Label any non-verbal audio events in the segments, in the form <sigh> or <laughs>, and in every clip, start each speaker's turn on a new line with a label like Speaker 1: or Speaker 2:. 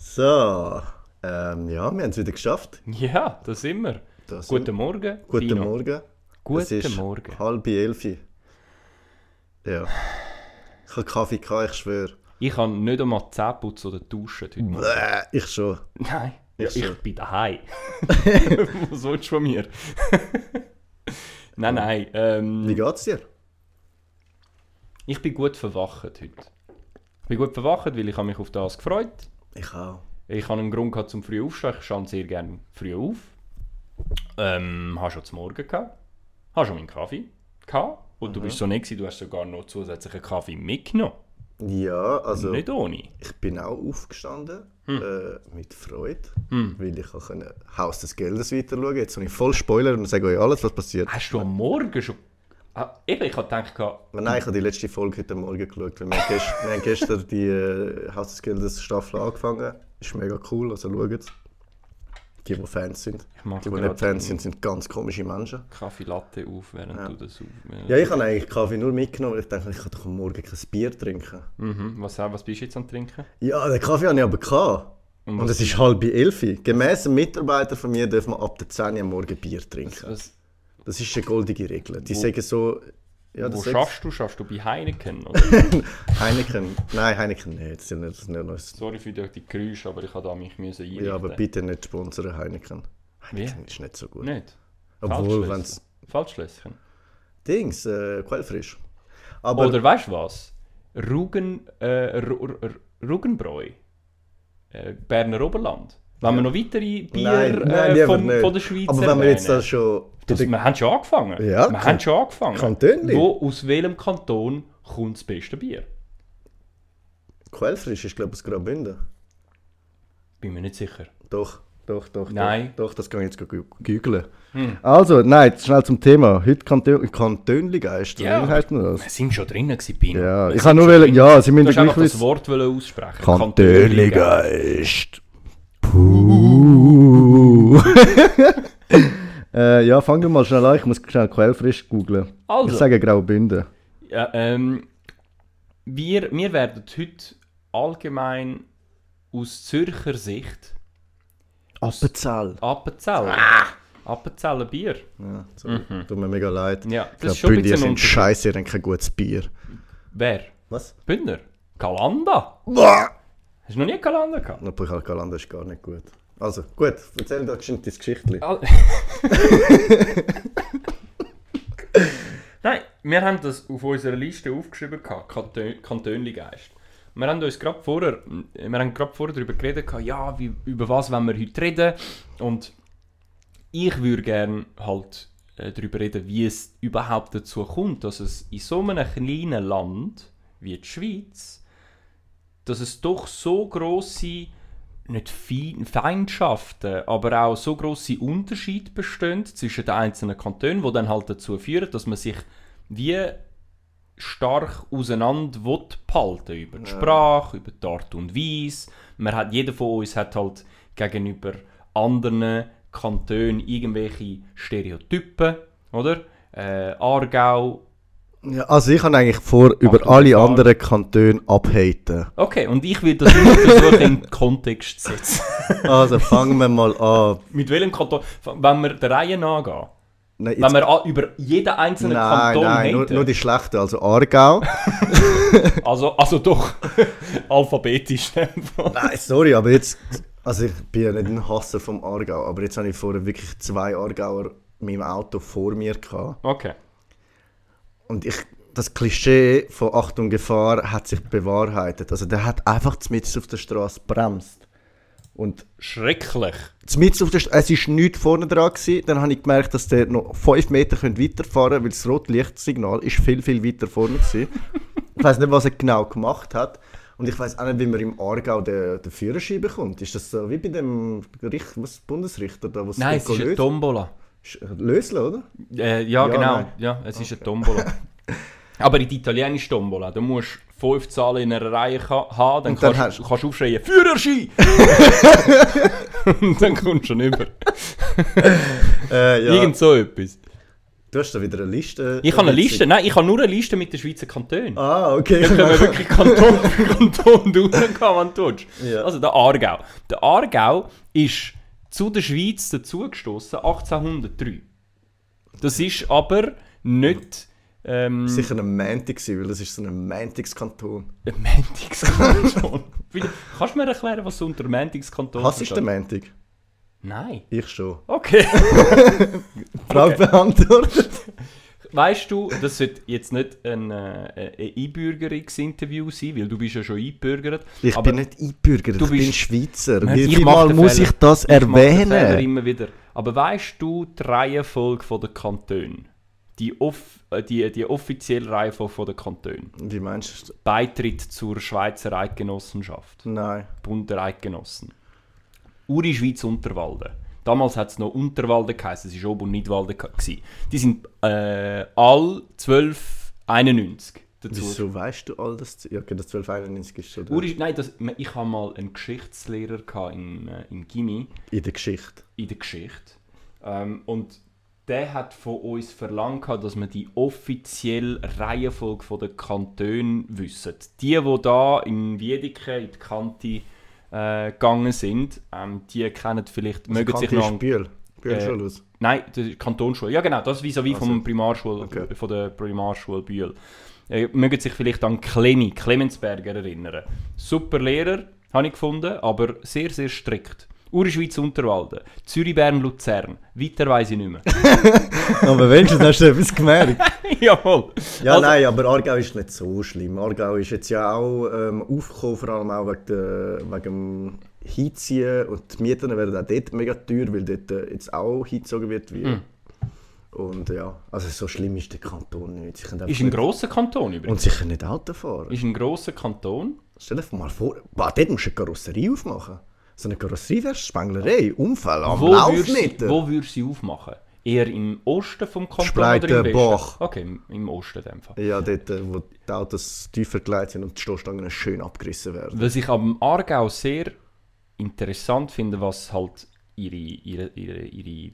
Speaker 1: So, ähm, ja, wir haben es wieder geschafft.
Speaker 2: Ja, da sind wir.
Speaker 1: Da sind
Speaker 2: Guten Morgen.
Speaker 1: Guten
Speaker 2: Dino.
Speaker 1: Morgen. es
Speaker 2: Guten
Speaker 1: ist
Speaker 2: Morgen.
Speaker 1: halb elf. Ja. Ich habe Kaffee gehabt, ich schwöre.
Speaker 2: Ich kann nicht einmal die Zähne putzen oder duschen heute Morgen.
Speaker 1: Bäh, Äh, ich schon.
Speaker 2: Nein, ja,
Speaker 1: Ist so.
Speaker 2: ich bin
Speaker 1: <laughs>
Speaker 2: daheim. Was willst du von mir? <laughs> nein, nein.
Speaker 1: Wie
Speaker 2: Ähm,
Speaker 1: geht's dir?
Speaker 2: ich bin gut verwacht heute. Ich bin gut verwacht, weil ich habe mich auf das gefreut habe.
Speaker 1: Ich auch.
Speaker 2: Ich habe einen Grund gehabt zum früh aufstehen. Ich stand sehr gerne früh auf. Ähm, habe schon zum Morgen gehabt. Habe schon meinen Kaffee gehabt. Und du bist so nett gewesen, du hast sogar noch zusätzlichen Kaffee mitgenommen.
Speaker 1: Ja, also
Speaker 2: Nicht Hm. ohne.
Speaker 1: ich bin auch aufgestanden äh, mit Freude,
Speaker 2: Hm.
Speaker 1: weil ich auch können Haus des Geldes weiter schauen. Jetzt habe ich voll Spoiler und sage euch alles, was passiert.
Speaker 2: Hast du am Morgen schon... Ah, eben, ich habe gedacht, gehabt,
Speaker 1: Aber nein, ich habe die letzte Folge heute Morgen geschaut, weil wir, haben gest wir haben gestern die äh, Haus des Geldes Staffel angefangen. Ist mega cool, also schaut Die, die Fans sind.
Speaker 2: Ich mag
Speaker 1: Die, die
Speaker 2: gerade
Speaker 1: nicht Fans sind, sind ganz komische Menschen.
Speaker 2: Kaffee Latte auf, während du das auf...
Speaker 1: Ja, ich habe eigentlich Kaffee nur mitgenommen, weil ich dachte, ich kann doch am Morgen kein Bier trinken.
Speaker 2: Mhm. Was, was bist du jetzt am Trinken?
Speaker 1: Ja, den Kaffee habe ich aber gehabt. Und es ist halb elf. Gemäss einem Mitarbeiter von mir dürfen wir ab der 10 Uhr am Morgen Bier trinken.
Speaker 2: Was,
Speaker 1: Das ist eine goldige Regel. Die sagen so... Ja,
Speaker 2: wo
Speaker 1: das sagt
Speaker 2: schaffst du? Schaffst du bei Heineken? Oder? <laughs>
Speaker 1: Heineken. Nein, Heineken nicht. Das ist nicht, das ist nicht unser
Speaker 2: Sorry für die Geräusche, aber ich habe da mich müssen einrichten.
Speaker 1: Ja, aber bitte nicht sponsern Heineken. Heineken
Speaker 2: Wie?
Speaker 1: ist nicht so gut.
Speaker 2: Nicht?
Speaker 1: Obwohl,
Speaker 2: Falschschlösschen.
Speaker 1: wenn es
Speaker 2: Falschschlösschen.
Speaker 1: Dings, äh, quellfrisch. Aber
Speaker 2: Oder weißt du was? Rugen, äh, Ru- Ru- Rugenbräu. Äh, Berner Oberland. Wenn wir noch weitere Bier
Speaker 1: nein, nein,
Speaker 2: äh,
Speaker 1: lieber
Speaker 2: von,
Speaker 1: nicht.
Speaker 2: von der Schweiz
Speaker 1: Aber wenn wir jetzt
Speaker 2: erwähnen.
Speaker 1: das schon.
Speaker 2: das, wir haben schon angefangen.
Speaker 1: Ja,
Speaker 2: wir
Speaker 1: Kan-
Speaker 2: haben schon angefangen.
Speaker 1: Kantönli.
Speaker 2: Wo, aus welchem Kanton kommt das beste Bier?
Speaker 1: Quellfrisch ist, glaube ich, aus Graubünden.
Speaker 2: Bin mir nicht sicher.
Speaker 1: Doch, doch, doch.
Speaker 2: Nein. Hm.
Speaker 1: Doch, doch das kann ich jetzt gü- googeln. Also, nein, schnell zum Thema. Heute Kantö- Kantönligeister.
Speaker 2: Ja.
Speaker 1: Wie heißt denn das?
Speaker 2: Wir sind schon drinnen gewesen, Pino.
Speaker 1: Ja,
Speaker 2: Wir
Speaker 1: ich
Speaker 2: sind
Speaker 1: kann nur.
Speaker 2: schon
Speaker 1: Wollen,
Speaker 2: drinnen.
Speaker 1: ja, sie müssen
Speaker 2: Du hast
Speaker 1: gleich
Speaker 2: einfach das
Speaker 1: wissen.
Speaker 2: Wort wollen aussprechen. Kantönliger.
Speaker 1: Kantönligeist. Puh. <laughs> äh, ja, fang doch mal schnell an. Ich muss schnell quellfrisch googeln.
Speaker 2: Also.
Speaker 1: Ich sage Graubünden.
Speaker 2: Ja, ähm, wir, wir werden heute allgemein aus Zürcher Sicht
Speaker 1: Appenzell.
Speaker 2: Appenzeller. Appenzeller Bier.
Speaker 1: Ja, sorry. Tut mir mega leid.
Speaker 2: Ja,
Speaker 1: ich glaube,
Speaker 2: das ist schon ein
Speaker 1: Bündner
Speaker 2: bisschen ein
Speaker 1: sind
Speaker 2: Unterschied.
Speaker 1: scheiße, ihr habt kein gutes Bier.
Speaker 2: Wer?
Speaker 1: Was?
Speaker 2: Bündner? Kalanda?
Speaker 1: Boah!
Speaker 2: Hast du noch nie Kalanda gehabt?
Speaker 1: Obwohl, ich halt Galanda ist gar nicht gut. Also, gut, erzähl doch geschwind dein Geschichtli.
Speaker 2: Al- Nein, wir haben das auf unserer Liste aufgeschrieben, gehabt, Kantö- Kantönligeist. Wir haben uns gerade vorher, wir haben gerade vorher darüber geredet, gehabt, ja, wie, über was wollen wir heute reden. Und ich würde gerne halt äh, darüber reden, wie es überhaupt dazu kommt, dass es in so einem kleinen Land wie die Schweiz, dass es doch so grosse nicht Fe- Feindschaften, aber auch so grosse Unterschiede bestehen zwischen den einzelnen Kantonen, die dann halt dazu führen, dass man sich wie stark auseinander will behalten über die Sprache, über die Art und Weise. Man hat, jeder von uns hat halt gegenüber anderen Kantonen irgendwelche Stereotypen, oder? Äh, Aargau.
Speaker 1: Ja, also, ich habe eigentlich vor, über alle anderen Kantone abhaten.
Speaker 2: Okay, und ich will das immer versuchen in den Kontext zu setzen.
Speaker 1: Also, fangen wir mal an.
Speaker 2: Mit welchem Kanton? Wenn wir der Reihe nachgehen,
Speaker 1: Nein,
Speaker 2: wenn
Speaker 1: jetzt,
Speaker 2: wir a- über jeden einzelnen
Speaker 1: nein,
Speaker 2: Kanton
Speaker 1: nein nur,
Speaker 2: haten.
Speaker 1: nur die schlechten. Also, Aargau.
Speaker 2: Also, also doch, <laughs> alphabetisch. in dem Fall.
Speaker 1: nein, sorry, aber jetzt. Also, ich bin ja nicht ein Hasser vom Aargau, aber jetzt habe ich vorher wirklich zwei Aargauer mit dem Auto vor mir gehabt.
Speaker 2: okay.
Speaker 1: Und ich, das Klischee von Achtung Gefahr hat sich bewahrheitet. Also der hat einfach mitten auf der Straße bremst. Und
Speaker 2: Schrecklich.
Speaker 1: mitten auf der Straße, es war nichts vorne dran, gewesen. dann habe ich gemerkt, dass der noch 5 Meter könnte weiterfahren könnte, weil das Rotlichtsignal ist viel, viel weiter vorne war. ich weiß nicht, was er genau gemacht hat. Und ich weiß auch nicht, wie man im Aargau den, den Führerschein bekommt. Ist das so wie bei dem Richt, was, Bundesrichter da, was
Speaker 2: Nein, es ist eine Tombola.
Speaker 1: Lösle, oder?
Speaker 2: Äh,
Speaker 1: Ja,
Speaker 2: ja, genau.
Speaker 1: nein.
Speaker 2: Ja, es ist eine Tombola. Aber in die italienische Tombola, da musst du fünf Zahlen in einer Reihe ka- haben, dann,
Speaker 1: Und dann
Speaker 2: kannst, kannst du
Speaker 1: <laughs>
Speaker 2: aufschreien, Führerschein! Und dann kommst du schon über.
Speaker 1: Äh, ja.
Speaker 2: Irgend so etwas.
Speaker 1: Du hast da wieder eine Liste. äh,
Speaker 2: Ich habe eine Liste, nein, ich habe nur eine Liste mit den Schweizer Kantonen.
Speaker 1: Ah, okay.
Speaker 2: Dann können wir wirklich Kanton für Kanton durchgehen, wenn du willst.
Speaker 1: Ja.
Speaker 2: Also der Aargau. Der Aargau ist zu der Schweiz dazugestoßen 1803. Das ist aber nicht ähm,
Speaker 1: <laughs> Sicher ein Mantic gewesen, weil das ist so ein Mantics-Kanton.
Speaker 2: ein Mäntigskanton. Vielleicht- <laughs> Kannst du mir erklären, was du unter Mäntigskanton
Speaker 1: Was ist der Mantic?
Speaker 2: Nein.
Speaker 1: Ich schon.
Speaker 2: Okay. <laughs>
Speaker 1: Frau beantwortet.
Speaker 2: Weißt du, das sollte jetzt nicht ein, äh, ein Einbürgerungsinterview sein, weil du bist ja schon eingebürgert.
Speaker 1: Ich
Speaker 2: aber
Speaker 1: bin nicht einbürgert,
Speaker 2: Du
Speaker 1: ich bin
Speaker 2: bist-
Speaker 1: Schweizer.
Speaker 2: Nein,
Speaker 1: Wie
Speaker 2: ich
Speaker 1: wie
Speaker 2: mach
Speaker 1: mal
Speaker 2: den
Speaker 1: muss
Speaker 2: Fehler.
Speaker 1: ich das
Speaker 2: Ich mache den Fehler
Speaker 1: erwähnen?
Speaker 2: immer wieder. Aber weißt du die Reihenfolge von der Kantone? Die, off äh, die, die offizielle Reihenfolge von der Kantone.
Speaker 1: Wie meinst du?
Speaker 2: Beitritt zur Schweizer Eidgenossenschaft.
Speaker 1: Nein.
Speaker 2: Bund der Eidgenossen. Uri Schweiz Unterwalden. Damals hat es noch Unterwalden geheißen, es war Ober- und Nidwalden. ge- gsi. Die sind äh, all 1291 dazu
Speaker 1: Wieso weißt du all das? Ja, okay, das 1291 ist schon da.
Speaker 2: Uri, nein, das, ich habe mal einen Geschichtslehrer gehabt im, äh, im Gimmi
Speaker 1: in der Geschichte.
Speaker 2: in der Geschichte. Ähm, und der hat von uns verlangt, gehabt, dass wir die offizielle Reihenfolge von der Kantone wissen. Die, die da in Wiedeke in die Kante äh, gegangen sind, ähm, die kennen vielleicht,
Speaker 1: Also,
Speaker 2: mögen sich noch an
Speaker 1: Bühl. Bühl
Speaker 2: Äh,
Speaker 1: schon los.
Speaker 2: Nein, die Kantonsschule. Ja, genau, das vis-à-vis
Speaker 1: Also.
Speaker 2: vom Primarschul,
Speaker 1: Okay.
Speaker 2: von der Primarschule Bühl. Äh, mögen sich vielleicht an Clemi, Clemensberger erinnern. Super Lehrer, habe ich gefunden, aber sehr, sehr strikt. Urschweiz Unterwalden, Zürich, Bern, Luzern. Weiter weiß ich nicht
Speaker 1: <laughs>
Speaker 2: mehr.
Speaker 1: <laughs> Aber wenigstens hast du etwas gemerkt.
Speaker 2: Jawohl.
Speaker 1: Ja,
Speaker 2: Also-
Speaker 1: nein, aber Aargau ist nicht so schlimm. Aargau ist jetzt ja auch ähm, aufgekommen, vor allem auch wegen, der, wegen dem Hinziehen. Und die Mieten werden auch dort mega teuer, weil dort äh, jetzt auch hingezogen wird. Wie.
Speaker 2: Hm.
Speaker 1: Und ja, also so schlimm ist der Kanton nicht. Sie können einfach
Speaker 2: Ist ein
Speaker 1: nicht
Speaker 2: grosser Kanton übrigens.
Speaker 1: und sie können nicht Auto fahren.
Speaker 2: Ist ein grosser Kanton.
Speaker 1: Stell dir mal vor, boah, dort musst du eine Karosserie aufmachen. So eine Karosserie wärst du Spenglerei, Unfall am
Speaker 2: Wo würdest
Speaker 1: Laufmeter.
Speaker 2: du- wo würdest du sie aufmachen? Eher im Osten vom Kanton oder im Westen?
Speaker 1: Spreitenbach.
Speaker 2: Okay, im- im Osten in dem Fall.
Speaker 1: Ja, dort, äh, wo die Autos tiefer gelegt sind und die Stoßstangen schön abgerissen werden.
Speaker 2: Was ich am Aargau sehr interessant finde, was halt ihre, ihre, ihre, ihre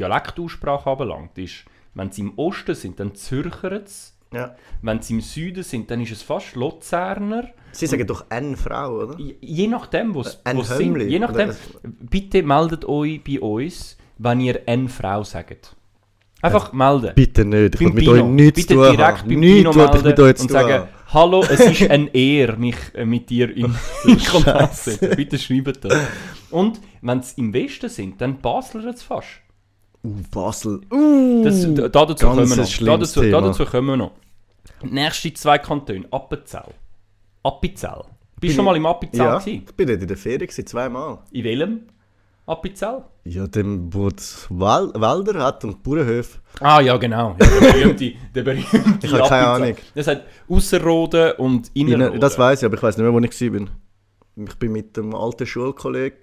Speaker 2: Dialektaussprache anbelangt, ist, wenn sie im Osten sind, dann Zürcher es.
Speaker 1: Ja.
Speaker 2: Wenn sie im Süden sind, dann ist es fast Luzerner.
Speaker 1: Sie sagen doch eine Frau, oder?
Speaker 2: Je- Je nachdem, wo es
Speaker 1: Äh, Ein
Speaker 2: wo es sind.
Speaker 1: Hömmli,
Speaker 2: Je nachdem.
Speaker 1: oder?
Speaker 2: Bitte meldet euch bei uns, wenn ihr eine Frau sagt. Einfach
Speaker 1: Also
Speaker 2: melden.
Speaker 1: Bitte nicht, ich will
Speaker 2: Beim
Speaker 1: mit
Speaker 2: Pino.
Speaker 1: euch nichts
Speaker 2: Bitte
Speaker 1: zu tun
Speaker 2: direkt
Speaker 1: haben.
Speaker 2: beim
Speaker 1: Nichts
Speaker 2: Pino
Speaker 1: will ich
Speaker 2: melden
Speaker 1: mit euch zu
Speaker 2: und
Speaker 1: tun
Speaker 2: sagen,
Speaker 1: haben.
Speaker 2: hallo, es ist eine Ehre, mich äh, mit dir in,
Speaker 1: <laughs> Oh,
Speaker 2: in <laughs> Kontakt zu setzen. Bitte schreibt das. Und wenn sie im Westen sind, dann Basler es fast.
Speaker 1: Uh, Basel, uh,
Speaker 2: Das, da, dazu
Speaker 1: ganz
Speaker 2: kommen wir
Speaker 1: ein
Speaker 2: noch. Da
Speaker 1: schlimmes
Speaker 2: dazu, da
Speaker 1: Thema.
Speaker 2: dazu kommen wir noch. Nächste zwei Kantone, Appenzell. Appenzell. Bist du schon mal im Appenzell
Speaker 1: ja,
Speaker 2: gewesen?
Speaker 1: ich bin dort in der Ferien, gewesen, zweimal.
Speaker 2: In welchem Appenzell?
Speaker 1: Ja, dem, wo es Wal Wälder hat und Bauernhöfe.
Speaker 2: Ah, ja, genau. Ja, der berühmte, der berühmte
Speaker 1: Ich habe keine
Speaker 2: Appenzell.
Speaker 1: Ahnung.
Speaker 2: Das heißt Ausserrhoden und Innerrhoden.
Speaker 1: Das weiß ich, aber ich weiß nicht mehr, wo ich war. Ich bin mit dem alten Schulkollegen,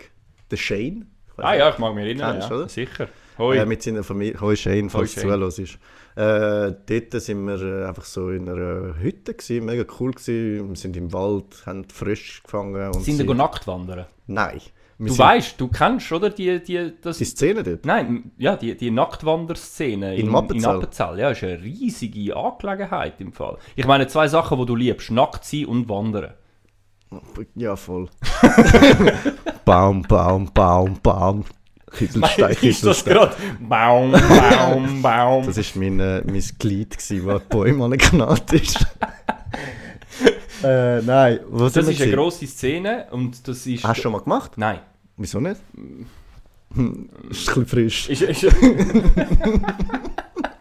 Speaker 1: der Shane. Ich weiss
Speaker 2: Ah ja, ich mag mich erinnern.
Speaker 1: Kennst
Speaker 2: ja.
Speaker 1: du, oder?
Speaker 2: Sicher.
Speaker 1: Äh,
Speaker 2: Hoi.
Speaker 1: mit seiner Familie. Hoi Shane, falls
Speaker 2: Hoi,
Speaker 1: es
Speaker 2: Shane.
Speaker 1: zuhörst. Äh, dort sind wir äh, einfach so in einer Hütte, gewesen, mega cool. Gewesen. Wir sind im Wald, haben Frösche gefangen. Und
Speaker 2: sind wir nackt wandern?
Speaker 1: Nein. Wir
Speaker 2: Du
Speaker 1: sind-
Speaker 2: weißt, du kennst, oder? Die, die, das,
Speaker 1: Die Szene dort?
Speaker 2: nein, m- ja, die, die Nacktwanderszene
Speaker 1: In
Speaker 2: in
Speaker 1: Appenzell.
Speaker 2: Appenzell. Ja, ist eine riesige Angelegenheit im Fall. Ich meine, zwei Sachen, die du liebst: Nackt sein
Speaker 1: <laughs>
Speaker 2: und wandern.
Speaker 1: Ja,
Speaker 2: <laughs>
Speaker 1: voll. baum, Baum, Baum, Baum. Kittelstein,
Speaker 2: ist das
Speaker 1: Kittelstein.
Speaker 2: gerade?
Speaker 1: <laughs>
Speaker 2: Baum, baum, baum.
Speaker 1: Das war mein, äh, mein Glied, gewesen, wo die Bäume <laughs> angeknallt ist. <laughs> äh, nein. Was
Speaker 2: Das ist eine grosse Szene und das ist.
Speaker 1: Hast du schon mal gemacht?
Speaker 2: Nein.
Speaker 1: Wieso nicht? Hm, <laughs> Ist ein bisschen frisch.
Speaker 2: Ist, ist, <laughs>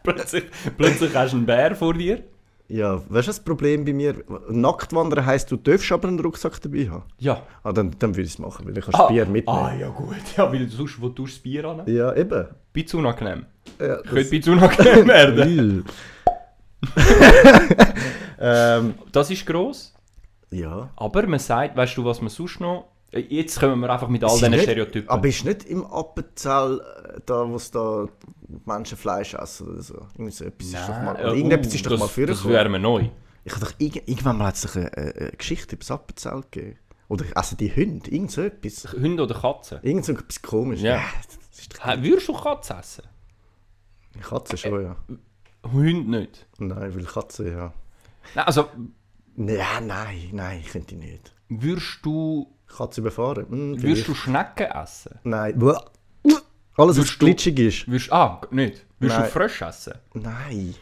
Speaker 2: plötzlich, plötzlich hast du einen Bär vor dir.
Speaker 1: Ja, weißt du, das Problem bei mir? Nackt wandern heisst, du darfst aber einen Rucksack dabei haben.
Speaker 2: Ja.
Speaker 1: Ah, dann, dann würde ich es machen, weil ich kann das Bier
Speaker 2: Ah,
Speaker 1: mitnehmen
Speaker 2: ja, gut. Ja, weil sonst, wo tust du das Bier an?
Speaker 1: Ja, eben.
Speaker 2: Bin zu unangenehm.
Speaker 1: Ja,
Speaker 2: Könnte bin zu <laughs> unangenehm
Speaker 1: Ui.
Speaker 2: werden.
Speaker 1: ähm,
Speaker 2: Das ist gross,
Speaker 1: ja.
Speaker 2: aber man sagt, weißt du, was man sonst noch. Äh, Jetzt kommen wir einfach mit all
Speaker 1: Ist
Speaker 2: diesen
Speaker 1: nicht-
Speaker 2: Stereotypen.
Speaker 1: Aber ist nicht im Appenzell, äh, da, wo es da Menschen Fleisch essen oder so. Irgend so etwas ist doch mal,
Speaker 2: Nein,
Speaker 1: oder
Speaker 2: äh,
Speaker 1: irgendetwas
Speaker 2: uh,
Speaker 1: ist doch
Speaker 2: das,
Speaker 1: mal
Speaker 2: Das
Speaker 1: vorgekommen.
Speaker 2: wäre mir neu.
Speaker 1: Ich hab doch irgend- Irgendwann mal hat es doch eine, eine eine Geschichte über das Appenzell gegeben. Oder essen die Hunde, irgend so etwas.
Speaker 2: Hunde oder Katzen?
Speaker 1: Irgend so etwas komisches.
Speaker 2: Ja.
Speaker 1: Äh, das ist doch-
Speaker 2: Hä, Würdest du Katze essen?
Speaker 1: Katze schon, ja.
Speaker 2: Hunde nicht.
Speaker 1: Nein, weil Katze, ja.
Speaker 2: Nein, also,
Speaker 1: Ja, nein, nein, ich könnte nicht.
Speaker 2: würdest du,
Speaker 1: Katze überfahren? Hm,
Speaker 2: würdest
Speaker 1: vielleicht.
Speaker 2: du Schnecken essen?
Speaker 1: Nein. Buh. Alles, was
Speaker 2: Würdest du-
Speaker 1: glitschig ist.
Speaker 2: Würdest, ah, g- nicht. Würdest
Speaker 1: Nein.
Speaker 2: du Frösche essen?
Speaker 1: Nein.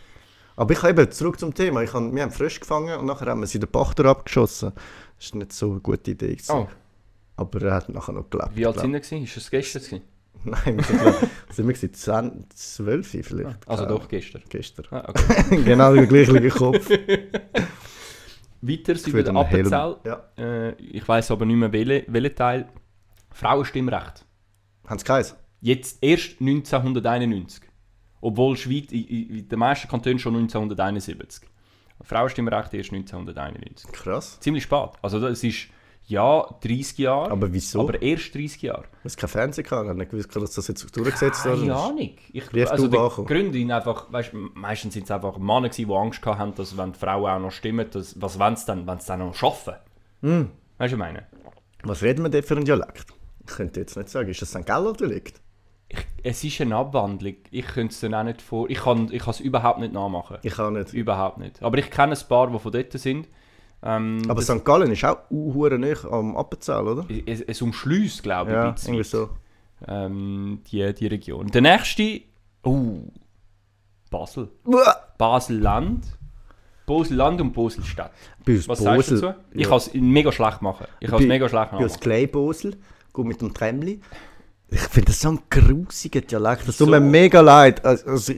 Speaker 1: Aber ich habe eben, zurück zum Thema, ich habe, wir haben Frösche gefangen und nachher haben wir sie den Pachter abgeschossen. Das war nicht so eine gute Idee. gewesen.
Speaker 2: Oh,
Speaker 1: Aber er hat nachher noch gelebt.
Speaker 2: wie alt
Speaker 1: glaub.
Speaker 2: sind wir? gewesen? Ist das gestern? gewesen?
Speaker 1: Nein, wir sind, glaub, <laughs> sind wir gewesen? 10, 12 vielleicht.
Speaker 2: Also
Speaker 1: glaub.
Speaker 2: doch, gestern.
Speaker 1: Gestern.
Speaker 2: <laughs> Ah, okay.
Speaker 1: genau der gleiche Kopf. <laughs>
Speaker 2: Weiter sind
Speaker 1: Für
Speaker 2: wir
Speaker 1: den
Speaker 2: den
Speaker 1: Helm.
Speaker 2: Appenzell.
Speaker 1: Ja.
Speaker 2: Äh, ich weiß aber nicht mehr, welchen welchen Teil. Frauenstimmrecht.
Speaker 1: Haben sie keins?
Speaker 2: Jetzt erst 1991. Obwohl Schweiz, in, in, in den meisten Kantonen schon 1971. Frauenstimmrecht erst 1991.
Speaker 1: Krass.
Speaker 2: Ziemlich spät. Also das ist, ja, 30 Jahre, aber,
Speaker 1: Aber wieso? Aber
Speaker 2: erst 30 Jahre.
Speaker 1: es kein Fernsehen gehabt, haben nicht gewusst, dass das jetzt durchgesetzt worden
Speaker 2: Keine
Speaker 1: ist.
Speaker 2: Ahnung. Ich,
Speaker 1: Brief
Speaker 2: also die
Speaker 1: Tubacco.
Speaker 2: Gründe sind einfach, weißt, meistens sind es einfach Männer, gewesen, die Angst gehabt haben, dass wenn die Frauen auch noch stimmen, dass, was wollen sie dann, wenn sie dann noch schaffen?
Speaker 1: Hm.
Speaker 2: Weißt du, was ich meine?
Speaker 1: Was reden wir denn für einen Dialekt? Ich könnte jetzt nicht sagen, ist das St. Galler Dialekt?
Speaker 2: Ich, es ist eine Abwandlung. Ich könnte es dann auch nicht vor. Ich kann, ich kann es überhaupt nicht nachmachen.
Speaker 1: Ich auch nicht.
Speaker 2: Überhaupt nicht. Aber ich kenne ein paar, die von dort sind. Ähm,
Speaker 1: Aber St. Gallen ist auch hure nicht am Appenzell, oder?
Speaker 2: es, es umschließt, glaube ich,
Speaker 1: Ja,
Speaker 2: ein bisschen
Speaker 1: irgendwie so.
Speaker 2: ähm, die, die Region. Der nächste, uh, Basel.
Speaker 1: Bei
Speaker 2: Basel-Land. Basel-Land und Basel-Stadt.
Speaker 1: uns
Speaker 2: Was
Speaker 1: Basel.
Speaker 2: sagst du dazu? Ich kann es mega schlecht machen. Ich kann es mega schlecht
Speaker 1: Bei uns
Speaker 2: machen.
Speaker 1: Kleibosel, gut mit dem Tremli. Ich finde das so ein grusiger Dialekt. Das tut
Speaker 2: So.
Speaker 1: mir mega leid. Also, also,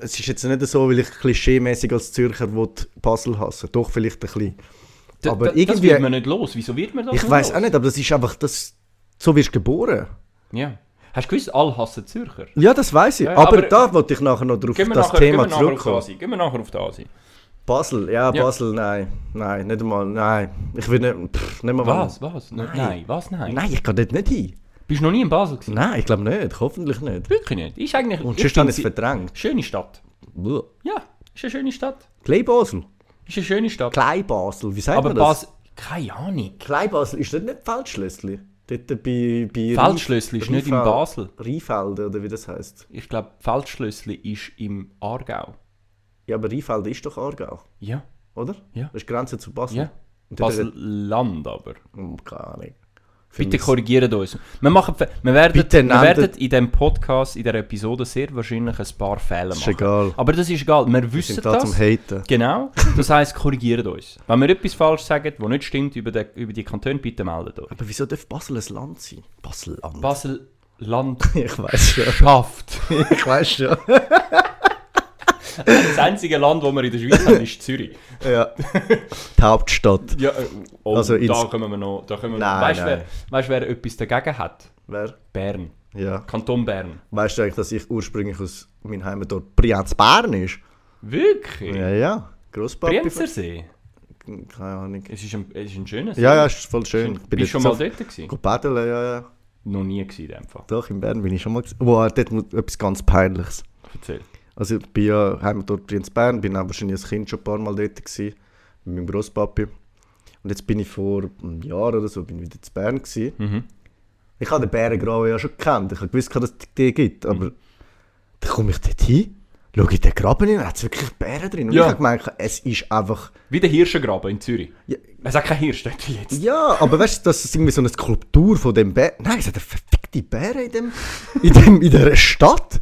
Speaker 1: es ist jetzt nicht so, weil ich klischeemäßig als Zürcher will Basel hassen Doch, vielleicht ein bisschen.
Speaker 2: Da-
Speaker 1: aber
Speaker 2: da- das
Speaker 1: irgendwie-
Speaker 2: wird man nicht los. Wieso wird man das
Speaker 1: Ich
Speaker 2: nicht
Speaker 1: weiß
Speaker 2: los?
Speaker 1: auch nicht, aber das ist einfach, das, so wirst du geboren.
Speaker 2: Ja. Hast du gewusst, alle hassen Zürcher?
Speaker 1: Ja, das weiß ich.
Speaker 2: Ja,
Speaker 1: aber,
Speaker 2: aber-
Speaker 1: da wollte ich nachher noch drauf
Speaker 2: Gehen wir
Speaker 1: das
Speaker 2: nachher,
Speaker 1: Thema
Speaker 2: gehen wir nachher auf die
Speaker 1: zurückkommen.
Speaker 2: Asi. Gehen wir nachher auf die Asi.
Speaker 1: Basel, ja,
Speaker 2: Ja.
Speaker 1: Basel, nein. Nein, nicht einmal, nein. Ich will nicht, pff, nicht mal
Speaker 2: Was? Was? Nein.
Speaker 1: Oh. Nein,
Speaker 2: was? Nein.
Speaker 1: Nein, ich gehe dort nicht hin.
Speaker 2: Bist du noch nie in Basel gewesen?
Speaker 1: Nein, ich glaube nicht. Hoffentlich nicht.
Speaker 2: Wirklich nicht. Ist eigentlich
Speaker 1: Und
Speaker 2: ich
Speaker 1: sonst habe
Speaker 2: finde
Speaker 1: ich es verdrängt.
Speaker 2: sie- schöne Stadt.
Speaker 1: Buh.
Speaker 2: Ja, ist eine schöne Stadt.
Speaker 1: Kleibasel.
Speaker 2: Ist eine schöne Stadt.
Speaker 1: Kleibasel, wie sagt
Speaker 2: Aber
Speaker 1: man das?
Speaker 2: Basel. Keine Ahnung.
Speaker 1: Kleibasel, ist das nicht Feldschlössli? Dort bei, bei
Speaker 2: Feldschlössli ist nicht in
Speaker 1: Riefel-
Speaker 2: Basel.
Speaker 1: Riefelde, oder wie das heisst.
Speaker 2: Ich glaube, Feldschlössli ist im Aargau.
Speaker 1: Ja, aber Riefelde ist doch Aargau,
Speaker 2: Ja,
Speaker 1: oder?
Speaker 2: Ja.
Speaker 1: Das ist Grenze zu Basel.
Speaker 2: ja.
Speaker 1: Und dort-
Speaker 2: Basel-Land aber.
Speaker 1: Hm, keine Ahnung. Für
Speaker 2: Bitte
Speaker 1: mich-
Speaker 2: korrigiert uns. Wir, machen, Fe- wir, werden,
Speaker 1: Bitte
Speaker 2: wir
Speaker 1: nennt-
Speaker 2: werden in diesem Podcast, in dieser Episode sehr wahrscheinlich ein paar Fehler machen.
Speaker 1: Ist egal.
Speaker 2: Aber das ist egal. Wir wissen
Speaker 1: sind da
Speaker 2: das.
Speaker 1: zum Haten. <laughs>
Speaker 2: Genau. Das heisst, korrigiert uns. Wenn wir etwas falsch sagen, was nicht stimmt über, den, über die Kantone, bitte meldet euch.
Speaker 1: Aber wieso darf Basel ein Land sein? Basel-Land.
Speaker 2: Basel-Land
Speaker 1: <laughs> ich weiß schon.
Speaker 2: schafft. <laughs>
Speaker 1: ich weiß schon. <laughs>
Speaker 2: Das einzige Land, das wir in der Schweiz haben, ist Zürich.
Speaker 1: ja. Die Hauptstadt.
Speaker 2: Ja, äh, oh,
Speaker 1: Also
Speaker 2: da
Speaker 1: ins-
Speaker 2: kommen wir noch. Da kommen wir
Speaker 1: Nein,
Speaker 2: noch. Weißt du,
Speaker 1: nein.
Speaker 2: wer, weißt, wer etwas dagegen hat?
Speaker 1: Wer?
Speaker 2: Bern.
Speaker 1: Ja.
Speaker 2: Kanton Bern.
Speaker 1: Weißt du eigentlich, dass ich ursprünglich aus meinem Heimatort Brienz-Bern ist?
Speaker 2: Wirklich?
Speaker 1: Ja, ja. Grosspapi.
Speaker 2: Brienzersee.
Speaker 1: Keine Ahnung.
Speaker 2: Es ist ein, es ist ein schönes.
Speaker 1: Ja, ja, ist voll schön. Ich
Speaker 2: Bist du
Speaker 1: jetzt
Speaker 2: schon mal
Speaker 1: so-
Speaker 2: dort gewesen?
Speaker 1: Go paddeln, ja, ja.
Speaker 2: Noch nie gewesen, in dem Fall.
Speaker 1: Doch, in Bern bin ich schon mal. gewesen. Wow, dort muss etwas ganz Peinliches.
Speaker 2: Erzähl.
Speaker 1: Also ich bin ja Heimatort Prinz Bern, bin auch wahrscheinlich als Kind schon ein paar Mal dort gewesen, mit meinem Grosspapi. Und jetzt bin ich vor einem Jahr oder so bin ich wieder zu Bern gewesen.
Speaker 2: Mhm.
Speaker 1: Ich habe den Bärengraben ja schon gekannt, ich habe gewusst, dass es die gibt, aber dann komme ich dort hin, schaue in den Graben hin, hat es wirklich Bären drin. Und
Speaker 2: Ja.
Speaker 1: ich habe gemerkt, es ist einfach...
Speaker 2: Wie der Hirschengraben in Zürich.
Speaker 1: Ja.
Speaker 2: Es hat keinen Hirsch dort jetzt.
Speaker 1: Ja, aber weißt du, das ist irgendwie so eine Skulptur von dem Bär. Nein, es hat eine verfickte Bären in, dem, in, dem, in dieser Stadt.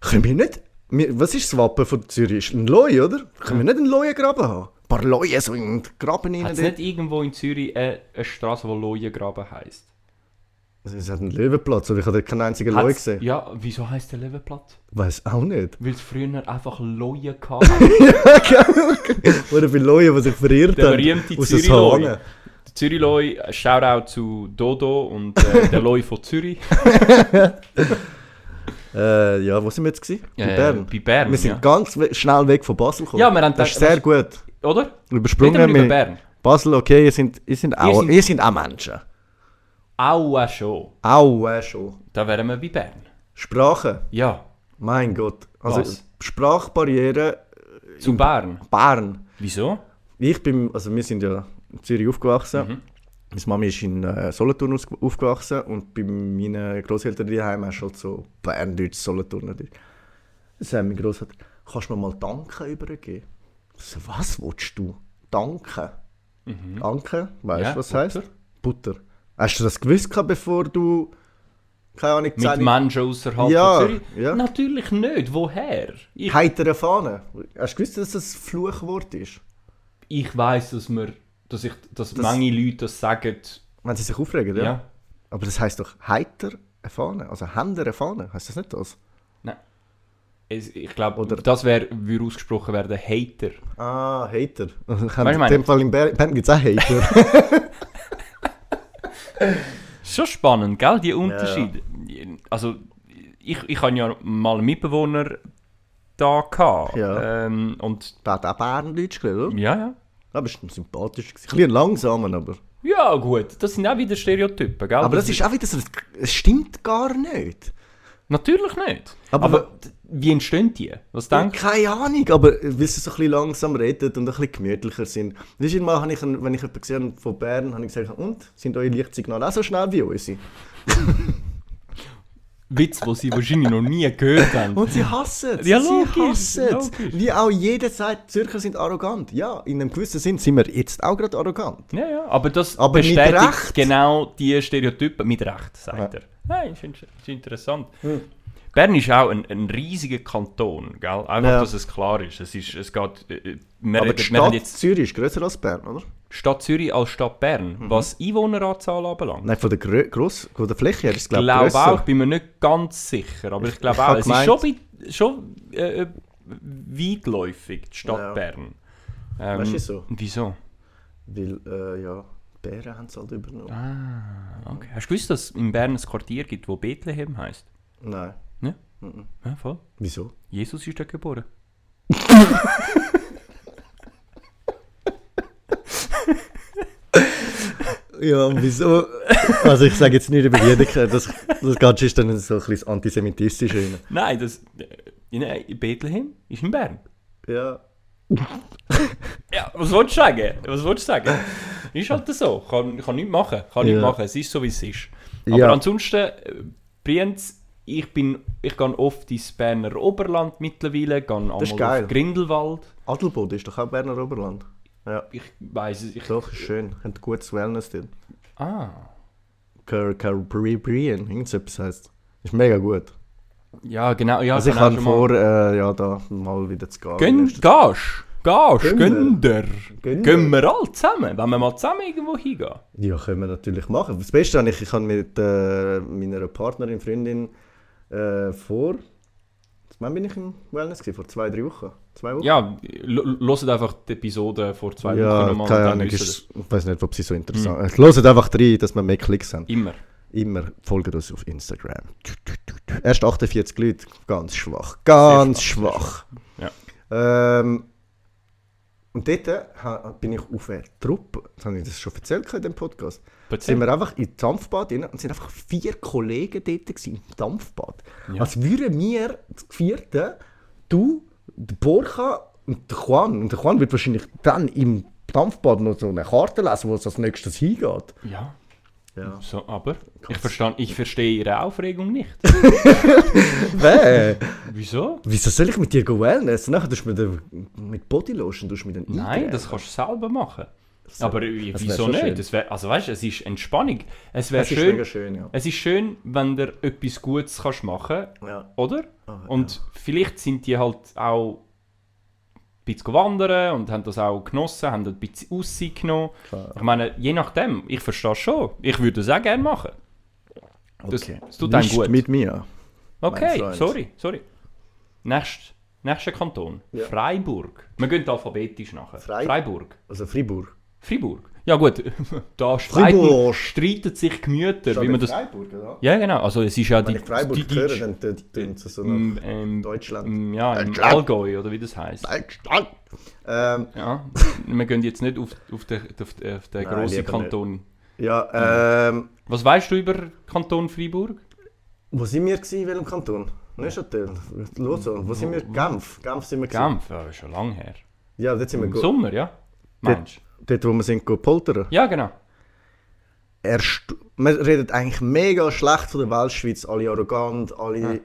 Speaker 1: Können wir nicht. Wir, was ist das Wappen von Zürich? Ist Ein Leu, oder? Können wir nicht einen Leuengraben haben? Ein paar Leue so in den Graben
Speaker 2: Hat
Speaker 1: rein.
Speaker 2: es nicht irgendwo in Zürich eine, eine Straße, die Leuengraben heisst?
Speaker 1: dort? Also, Es hat einen Löwenplatz, aber ich habe dort keinen einzigen Leu
Speaker 2: Hat's-
Speaker 1: gesehen.
Speaker 2: Ja, wieso heisst der Löwenplatz?
Speaker 1: Weiß auch nicht.
Speaker 2: Weil es früher einfach Leuen gab.
Speaker 1: Oder viele Leue, die sich verirrt
Speaker 2: Der
Speaker 1: haben.
Speaker 2: berühmte
Speaker 1: aus den
Speaker 2: Zürich-Leu.
Speaker 1: Hahnen.
Speaker 2: Zürich Leu, Shoutout zu Dodo und
Speaker 1: <laughs>
Speaker 2: äh, der Leu von Zürich.
Speaker 1: Äh, ja, wo sind wir jetzt? Gewesen?
Speaker 2: Äh,
Speaker 1: bei Bern.
Speaker 2: Bei Bern,
Speaker 1: Wir sind
Speaker 2: ja.
Speaker 1: ganz we- schnell weg von Basel gekommen.
Speaker 2: Ja, wir haben
Speaker 1: das ist
Speaker 2: gedacht,
Speaker 1: sehr gut.
Speaker 2: Oder?
Speaker 1: Übersprungen
Speaker 2: Reden wir über
Speaker 1: wir-
Speaker 2: Bern.
Speaker 1: Basel, okay, ihr sind, ihr sind, auch,
Speaker 2: sind-
Speaker 1: ihr sind auch Menschen.
Speaker 2: Auch äh, schon.
Speaker 1: Auch äh, schon.
Speaker 2: Da wären wir bei Bern.
Speaker 1: Sprache,
Speaker 2: Ja,
Speaker 1: mein Gott. Also
Speaker 2: Was?
Speaker 1: Sprachbarriere
Speaker 2: zu Bern.
Speaker 1: Bern.
Speaker 2: Wieso?
Speaker 1: Ich bin, also wir sind ja in Zürich aufgewachsen.
Speaker 2: Mhm.
Speaker 1: Meine Mami ist in äh, Solothurn aus- aufgewachsen und bei meinen Großeltern daheim hast du halt so Berndeutsch, Solothurnerdeutsch. Das haben meine Großeltern. kannst du mir mal Danke übergeben? Ich So, was willst du? Danke. Danke, weißt du,
Speaker 2: Mhm. Ja,
Speaker 1: was
Speaker 2: Butter.
Speaker 1: heißt? Butter. Hast du das gewusst, gehabt, bevor du, keine Ahnung,
Speaker 2: Mit Menschen außerhalb
Speaker 1: Ja,
Speaker 2: von Zürich?
Speaker 1: ja.
Speaker 2: Natürlich nicht. Woher? Ich,
Speaker 1: heitere Fahne? Hast du gewusst, dass das ein Fluchwort ist?
Speaker 2: ich weiß, dass wir, dass ich, dass
Speaker 1: Das-
Speaker 2: manche Leute das sagen.
Speaker 1: Wenn sie sich aufregen,
Speaker 2: Ja.
Speaker 1: ja. Aber das heißt doch heiter eine Fahne, also Händer eine Fahne, heißt das nicht das?
Speaker 2: Es, ich glaube,
Speaker 1: Oder-
Speaker 2: das wäre, würde ausgesprochen werden, Hater.
Speaker 1: Ah, Hater.
Speaker 2: du,
Speaker 1: In
Speaker 2: meine-
Speaker 1: dem Fall in Ber- Bern gibt es auch Hater. <laughs>
Speaker 2: Schon spannend, gell, die Unterschiede. Also, ich, ich hatte ja mal einen Mitbewohner da. Gehabt,
Speaker 1: Ja.
Speaker 2: Ähm, und
Speaker 1: der hat auch Bärendeutsch geredet, oder?
Speaker 2: ja, ja.
Speaker 1: Ja, bist du sympathisch. gewesen. Ein bisschen langsamer, aber.
Speaker 2: Ja, gut, das sind auch wieder Stereotypen, gell?
Speaker 1: Aber das ist auch wieder so, es stimmt gar nicht.
Speaker 2: Natürlich nicht.
Speaker 1: Aber
Speaker 2: Aber, d- wie entstehen die? Was denkst
Speaker 1: Keine Ahnung, aber weil sie so ein bisschen langsam reden und ein bisschen gemütlicher sind. Weißt du, mal habe ich, einen, wenn ich jemanden gesehen habe von Bern, habe ich gesagt, und, sind eure Lichtsignale auch so schnell wie unsere?
Speaker 2: du? Witz, den sie wahrscheinlich noch nie gehört haben.
Speaker 1: Und sie hassen es.
Speaker 2: Ja,
Speaker 1: sie
Speaker 2: logisch,
Speaker 1: hassen es.
Speaker 2: logisch.
Speaker 1: Wie auch jeder sagt, Zürcher sind arrogant. Ja, in einem gewissen Sinn sind wir jetzt auch gerade arrogant.
Speaker 2: Ja, ja, aber das
Speaker 1: Aber mit
Speaker 2: bestätigt
Speaker 1: Recht.
Speaker 2: genau die Stereotypen. Mit Recht, sagt
Speaker 1: Ja. Hm.
Speaker 2: er. Nein, ist, in- ist interessant. Bern ist auch ein, ein riesiger Kanton, gell? Einfach,
Speaker 1: Ja.
Speaker 2: dass es klar ist. Es, ist, es geht... äh, Wir,
Speaker 1: aber
Speaker 2: reden-
Speaker 1: die
Speaker 2: wir haben
Speaker 1: Stadt
Speaker 2: jetzt
Speaker 1: Zürich ist grösser als Bern, oder?
Speaker 2: Stadt Zürich als Stadt Bern,
Speaker 1: Mhm.
Speaker 2: was Einwohneranzahl anbelangt.
Speaker 1: Nein, von der, Grö Gross von der Fläche her ist es,
Speaker 2: Ich
Speaker 1: glaube ich,
Speaker 2: glaube auch, ich
Speaker 1: grösser.
Speaker 2: bin mir nicht ganz sicher, aber ich glaube
Speaker 1: ich
Speaker 2: auch,
Speaker 1: hab
Speaker 2: es ist
Speaker 1: gemeint-
Speaker 2: schon, weit- schon äh, äh, weitläufig, die Stadt
Speaker 1: Ja.
Speaker 2: Bern. Ähm,
Speaker 1: Weißt du, wieso?
Speaker 2: Wieso?
Speaker 1: Weil, äh, ja, die Bären haben es halt übernommen.
Speaker 2: Ah. Okay. Hast du gewusst, dass es in Bern ein Quartier gibt, wo Bethlehem heisst?
Speaker 1: Nein.
Speaker 2: Ne? Ja, voll.
Speaker 1: Wieso?
Speaker 2: Jesus ist da geboren.
Speaker 1: Ja, und <laughs> wieso? Also ich sage jetzt nicht über jeden, das, das Ganze ist dann so ein bisschen antisemitistisch. rein.
Speaker 2: Nein, das. Äh, nein, Bethlehem ist in Bern.
Speaker 1: Ja.
Speaker 2: Ja, was wolltest du sagen? Was wolltest du sagen? Ist halt so. Kann, kann nichts machen. Kann nichts
Speaker 1: Ja.
Speaker 2: machen. Es ist so, wie es ist. Aber
Speaker 1: Ja.
Speaker 2: ansonsten, äh, Brienz, ich, bin, ich gehe oft ins Berner Oberland mittlerweile, gehe
Speaker 1: ist
Speaker 2: einmal
Speaker 1: geil.
Speaker 2: auf Grindelwald.
Speaker 1: Adelboden ist doch auch Berner Oberland. Ja.
Speaker 2: Ich weiß es. Ich,
Speaker 1: Doch, ist schön. Hat gutes Wellness drin.
Speaker 2: ah.
Speaker 1: Caribbean, irgendetwas heisst. Ist mega gut.
Speaker 2: Ja, genau. Ja,
Speaker 1: Also ich
Speaker 2: genau,
Speaker 1: habe
Speaker 2: schon mal-
Speaker 1: vor, äh, ja, da mal wieder zu gehen.
Speaker 2: Gönn,
Speaker 1: Erst-
Speaker 2: gehst, gehst,
Speaker 1: Gönn
Speaker 2: Gönder.
Speaker 1: Gönn
Speaker 2: Gehen wir alle zusammen, wenn wir mal zusammen irgendwo hingehen.
Speaker 1: Ja, können wir natürlich machen. Das Beste habe ich, ich habe mit äh, meiner Partnerin, Freundin äh, vor... Wann bin ich im Wellness? Gewesen? Vor zwei, drei Wochen? Zwei Wochen?
Speaker 2: Ja, l- hört einfach die Episode vor zwei Wochen
Speaker 1: ja,
Speaker 2: nochmal.
Speaker 1: keine
Speaker 2: dann Hm.
Speaker 1: Ahnung,
Speaker 2: wisst ihr
Speaker 1: ist, ich weiß nicht, ob sie so interessant sind. Hört einfach rein, dass wir mehr Klicks haben.
Speaker 2: das. Immer.
Speaker 1: Immer folgt uns auf Instagram. Erst 48 Leute, ganz schwach. Ganz schwach.
Speaker 2: sehr schwach.
Speaker 1: Ähm, und dort äh, ha- bin ich auf einer Truppe, das habe ich das schon erzählt in dem Podcast,
Speaker 2: Erzähl.
Speaker 1: sind wir einfach in Dampfbad rein und sind einfach vier Kollegen dort gewesen, im Dampfbad. Als würden wir zu vierten, du, der Borcha und der Juan, und der Juan wird wahrscheinlich dann im Dampfbad noch so eine Karte lesen, wo es als nächstes
Speaker 2: <laughs>
Speaker 1: hingeht.
Speaker 2: Ja.
Speaker 1: Ja.
Speaker 2: So, aber ich, verstand, ich verstehe Ihre Aufregung nicht.
Speaker 1: Wer?
Speaker 2: Wieso?
Speaker 1: Wieso soll ich mit dir gehen Wellness? Nachher tust du mit, der, mit Bodylotion tust du mit den
Speaker 2: Nein, das kannst du selber machen. Aber w-
Speaker 1: das wär
Speaker 2: wieso
Speaker 1: schon schön.
Speaker 2: nicht? Es wär, also weißt du, es ist Entspannung. Es wäre
Speaker 1: Es ist
Speaker 2: schön, Äh,
Speaker 1: mega schön, ja.
Speaker 2: Es ist schön, wenn du etwas Gutes kannst machen kannst,
Speaker 1: Ja.
Speaker 2: oder?
Speaker 1: Ah,
Speaker 2: und vielleicht sind die halt auch ein bisschen wandern und haben das auch genossen, haben ein bisschen Aussicht genommen. Ich meine, je nachdem, ich verstehe schon. Ich würde das auch gerne machen. Das,
Speaker 1: Okay.
Speaker 2: das tut einem
Speaker 1: Nicht
Speaker 2: gut.
Speaker 1: mit mir.
Speaker 2: Okay,
Speaker 1: Freund.
Speaker 2: sorry, sorry. Nächst, nächster Kanton.
Speaker 1: Ja.
Speaker 2: Freiburg. Wir gehen alphabetisch nachher.
Speaker 1: Frei-
Speaker 2: Freiburg.
Speaker 1: Also Freiburg.
Speaker 2: Freiburg. Ja gut, <laughs> da streiten,
Speaker 1: Freiburg.
Speaker 2: streiten sich Gemüter, wie
Speaker 1: Wie
Speaker 2: man das...
Speaker 1: Freiburg, oder?
Speaker 2: Ja genau, also es ist ja
Speaker 1: Wenn
Speaker 2: die...
Speaker 1: ich Freiburg
Speaker 2: die, die,
Speaker 1: höre, dann tönt es so
Speaker 2: im,
Speaker 1: nach
Speaker 2: ähm,
Speaker 1: Deutschland.
Speaker 2: im- ja, im
Speaker 1: Deutschland.
Speaker 2: Allgäu oder wie das heisst.
Speaker 1: Deutschland! Ähm,
Speaker 2: Ja, wir gehen jetzt nicht auf, auf den, auf den, auf den
Speaker 1: Nein,
Speaker 2: grossen
Speaker 1: lieber
Speaker 2: Kanton.
Speaker 1: ja, ähm...
Speaker 2: Was weißt du über Kanton Freiburg?
Speaker 1: Wo sind wir gewesen, in welchem Kanton? Neuchâtel, Lausanne, wo sind wir? Genf, Genf sind wir gewesen.
Speaker 2: Genf, ja, ist schon lange her.
Speaker 1: Ja, dort sind wir
Speaker 2: Im
Speaker 1: go-
Speaker 2: Sommer, ja? Mensch.
Speaker 1: Dort, wo wir sind, go poltern.
Speaker 2: Ja, genau.
Speaker 1: erst, man redet eigentlich mega schlecht von der Weltschweiz, alle arrogant, alle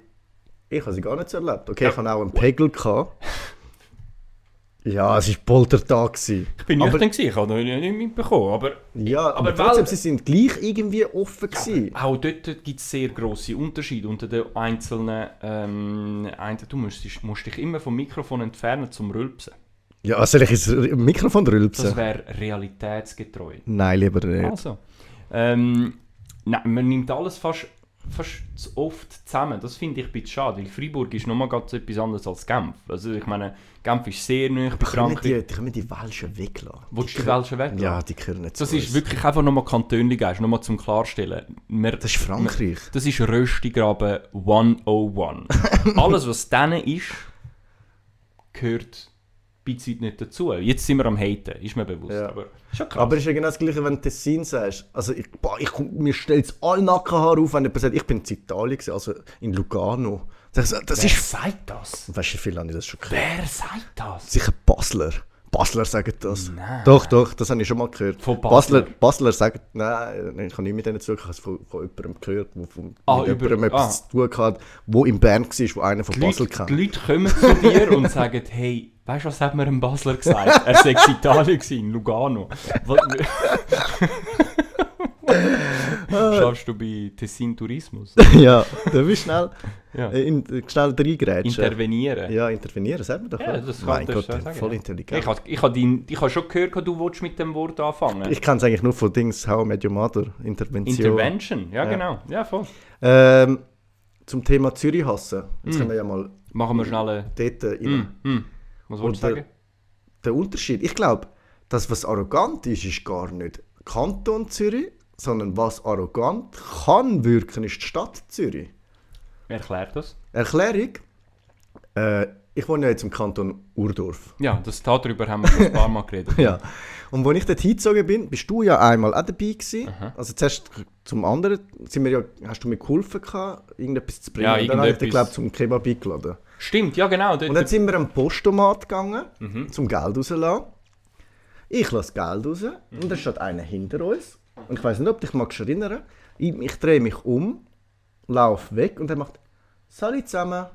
Speaker 1: Ich habe sie gar nicht so erlebt. Okay, ich hatte auch einen Pegel. Gehabt. <laughs> Ja, es war Poltertag. Gewesen.
Speaker 2: Ich bin
Speaker 1: Aber-
Speaker 2: nüchtern, gewesen, ich habe noch nicht nicht mitbekommen, aber
Speaker 1: Ja, aber,
Speaker 2: Aber
Speaker 1: trotzdem,
Speaker 2: weil-
Speaker 1: sie sind gleich irgendwie offen. gewesen.
Speaker 2: auch dort gibt es sehr grosse Unterschiede unter den einzelnen... Ähm, ein, du musst, musst dich immer vom Mikrofon entfernen zum Rülpsen.
Speaker 1: Ja, also soll ich ins Mikrofon
Speaker 2: Das
Speaker 1: rülpsen?
Speaker 2: wäre realitätsgetreu.
Speaker 1: Nein, lieber nicht.
Speaker 2: Also, ähm, nein, man nimmt alles fast, fast zu oft zusammen. Das finde ich ein bisschen schade, weil Freiburg ist nochmal ganz etwas anderes als Genf. Also ich meine, Genf ist sehr nah bei
Speaker 1: Können
Speaker 2: Frankreich.
Speaker 1: die, die können die Welschen weglassen?
Speaker 2: Willst du die Welschen weg?
Speaker 1: Ja, die gehören nicht
Speaker 2: Das
Speaker 1: zu
Speaker 2: ist
Speaker 1: uns.
Speaker 2: wirklich einfach nochmal Kantönligeist, nochmal zum Klarstellen. Wir,
Speaker 1: Das ist Frankreich.
Speaker 2: das ist Röstigraben
Speaker 1: <laughs>
Speaker 2: 101. Alles, was denen ist, gehört bei Zeit nicht dazu. Jetzt sind wir am Haten, ist mir bewusst.
Speaker 1: Ja.
Speaker 2: Aber ist ja krass.
Speaker 1: Aber es ist ja genau das Gleiche, wenn du Tessin sagst. Also, ich, boah, ich, mir stellt es alle Nackenhaare auf, wenn jemand sagt, ich bin in Italien, gewesen, also in Lugano. Das, das
Speaker 2: Wer
Speaker 1: ist.
Speaker 2: sagt das?
Speaker 1: Weißt du, wie viele haben das schon gehört?
Speaker 2: Wer sagt das?
Speaker 1: Sicher Basler. Basler sagen das.
Speaker 2: Nein.
Speaker 1: Doch, doch, das habe ich schon mal gehört.
Speaker 2: Von Basler.
Speaker 1: Basler, Basler sagen, nein, nein, ich habe nicht mit denen zu tun, ich habe es von, von jemandem gehört, der von
Speaker 2: Ah,
Speaker 1: mit
Speaker 2: über-
Speaker 1: jemandem etwas zu tun hat, der in Bern war, der einen von
Speaker 2: Die
Speaker 1: Basel
Speaker 2: Leute,
Speaker 1: kennt.
Speaker 2: die Leute kommen zu dir und sagen, hey, weißt du, was hat mir ein Basler gesagt? Er sei in Italien gewesen, in Lugano.
Speaker 1: <laughs>
Speaker 2: Was- Schaffst du bei Tessin Tourismus?
Speaker 1: <laughs> ja, da bist schnell,
Speaker 2: Ja.
Speaker 1: äh, in, schnell reingrätschen.
Speaker 2: Intervenieren.
Speaker 1: ja, intervenieren, sagt man doch.
Speaker 2: Ja,
Speaker 1: oder?
Speaker 2: das kann
Speaker 1: mein
Speaker 2: das
Speaker 1: Gott,
Speaker 2: schon sagen,
Speaker 1: voll
Speaker 2: ja.
Speaker 1: intelligent.
Speaker 2: Ich habe ich hab dein- ich hab schon gehört, du willst mit dem Wort anfangen.
Speaker 1: Ich kann es eigentlich nur von Dings, How I Met Your Mother, Intervention.
Speaker 2: Intervention, ja, genau. Ja, voll.
Speaker 1: Ähm, zum Thema Zürich hassen. Jetzt können wir ja mal
Speaker 2: Machen wir schnell eine...
Speaker 1: dort äh, rein.
Speaker 2: Hm. Was wolltest du
Speaker 1: Oder-
Speaker 2: sagen?
Speaker 1: Der Unterschied, ich glaube, das, was arrogant ist, ist gar nicht Kanton Zürich, sondern was arrogant kann wirken, ist die Stadt Zürich.
Speaker 2: Erklär das.
Speaker 1: Erklärung? Äh, ich wohne ja jetzt im Kanton Urdorf.
Speaker 2: Ja, das darüber haben wir schon ein paar Mal
Speaker 1: <laughs>
Speaker 2: geredet.
Speaker 1: Ja. Und als ich dort hingezogen bin, bist du ja einmal auch dabei gewesen. Also zuerst zum anderen sind wir ja, hast du mir geholfen, gehabt, irgendetwas zu bringen.
Speaker 2: Ja,
Speaker 1: Und dann habe ich dich,
Speaker 2: irgendetwas.
Speaker 1: glaube zum Kebab eingeladen.
Speaker 2: Stimmt, ja genau.
Speaker 1: Und dann sind wir am Postomat gegangen, zum Geld rauszulassen. Ich lasse Geld raus und dann steht einer hinter uns. Und ich weiß nicht, ob dich magst erinnern. Ich, ich drehe mich um, laufe weg und er macht «Sali zusammen!»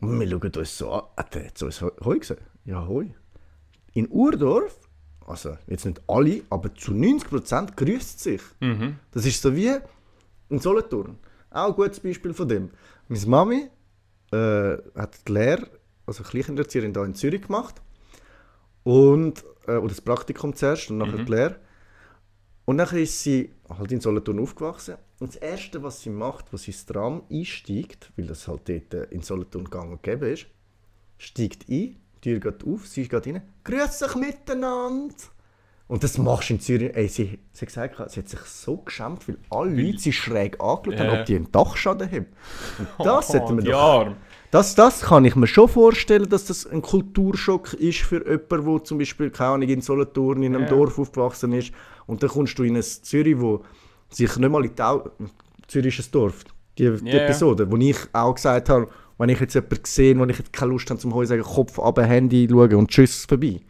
Speaker 1: Und wir schauen uns so an. Hat er zu uns «Hoi» «Hoi» gesagt? Ja, «Hoi». In Urdorf, also jetzt nicht alle, aber zu 90% grüßt sich. Das ist so wie in Solothurn. Auch ein gutes Beispiel von dem. Meine Mami äh, hat die Lehre, also Kleinkindererzieherin hier in Zürich gemacht. Und, äh, oder das Praktikum zuerst und
Speaker 2: Mhm.
Speaker 1: nachher die Lehre. Und nachher ist sie halt in Solothurn aufgewachsen. Und das Erste, was sie macht, was sie ins Tram einsteigt, weil das halt dort äh, in Solothurn gang und gäbe ist, steigt ein, die Tür geht auf, sie geht rein, «Grüß euch miteinander!» Und das machst du in Zürich. Ey, sie, sie, hat gesagt, sie hat sich so geschämt, weil alle Leute sie schräg angeschaut haben,
Speaker 2: Ja.
Speaker 1: ob die einen Dachschaden haben. Und
Speaker 2: <laughs>
Speaker 1: das hätten wir doch
Speaker 2: Ja.
Speaker 1: das, das kann ich mir schon vorstellen, dass das ein Kulturschock ist für jemanden, der zum Beispiel, keine Ahnung, in Solothurn, in einem
Speaker 2: Ja.
Speaker 1: Dorf aufgewachsen ist. Und dann kommst du in ein Zürich, wo sich nicht mal in die Au Zürich ist ein Dorf, die, die
Speaker 2: Ja, ja.
Speaker 1: Episode, wo ich auch gesagt habe, wenn ich jetzt jemanden sehe, wo ich jetzt keine Lust habe, zum Heu sagen, Kopf ab, Handy schauen und tschüss, vorbei.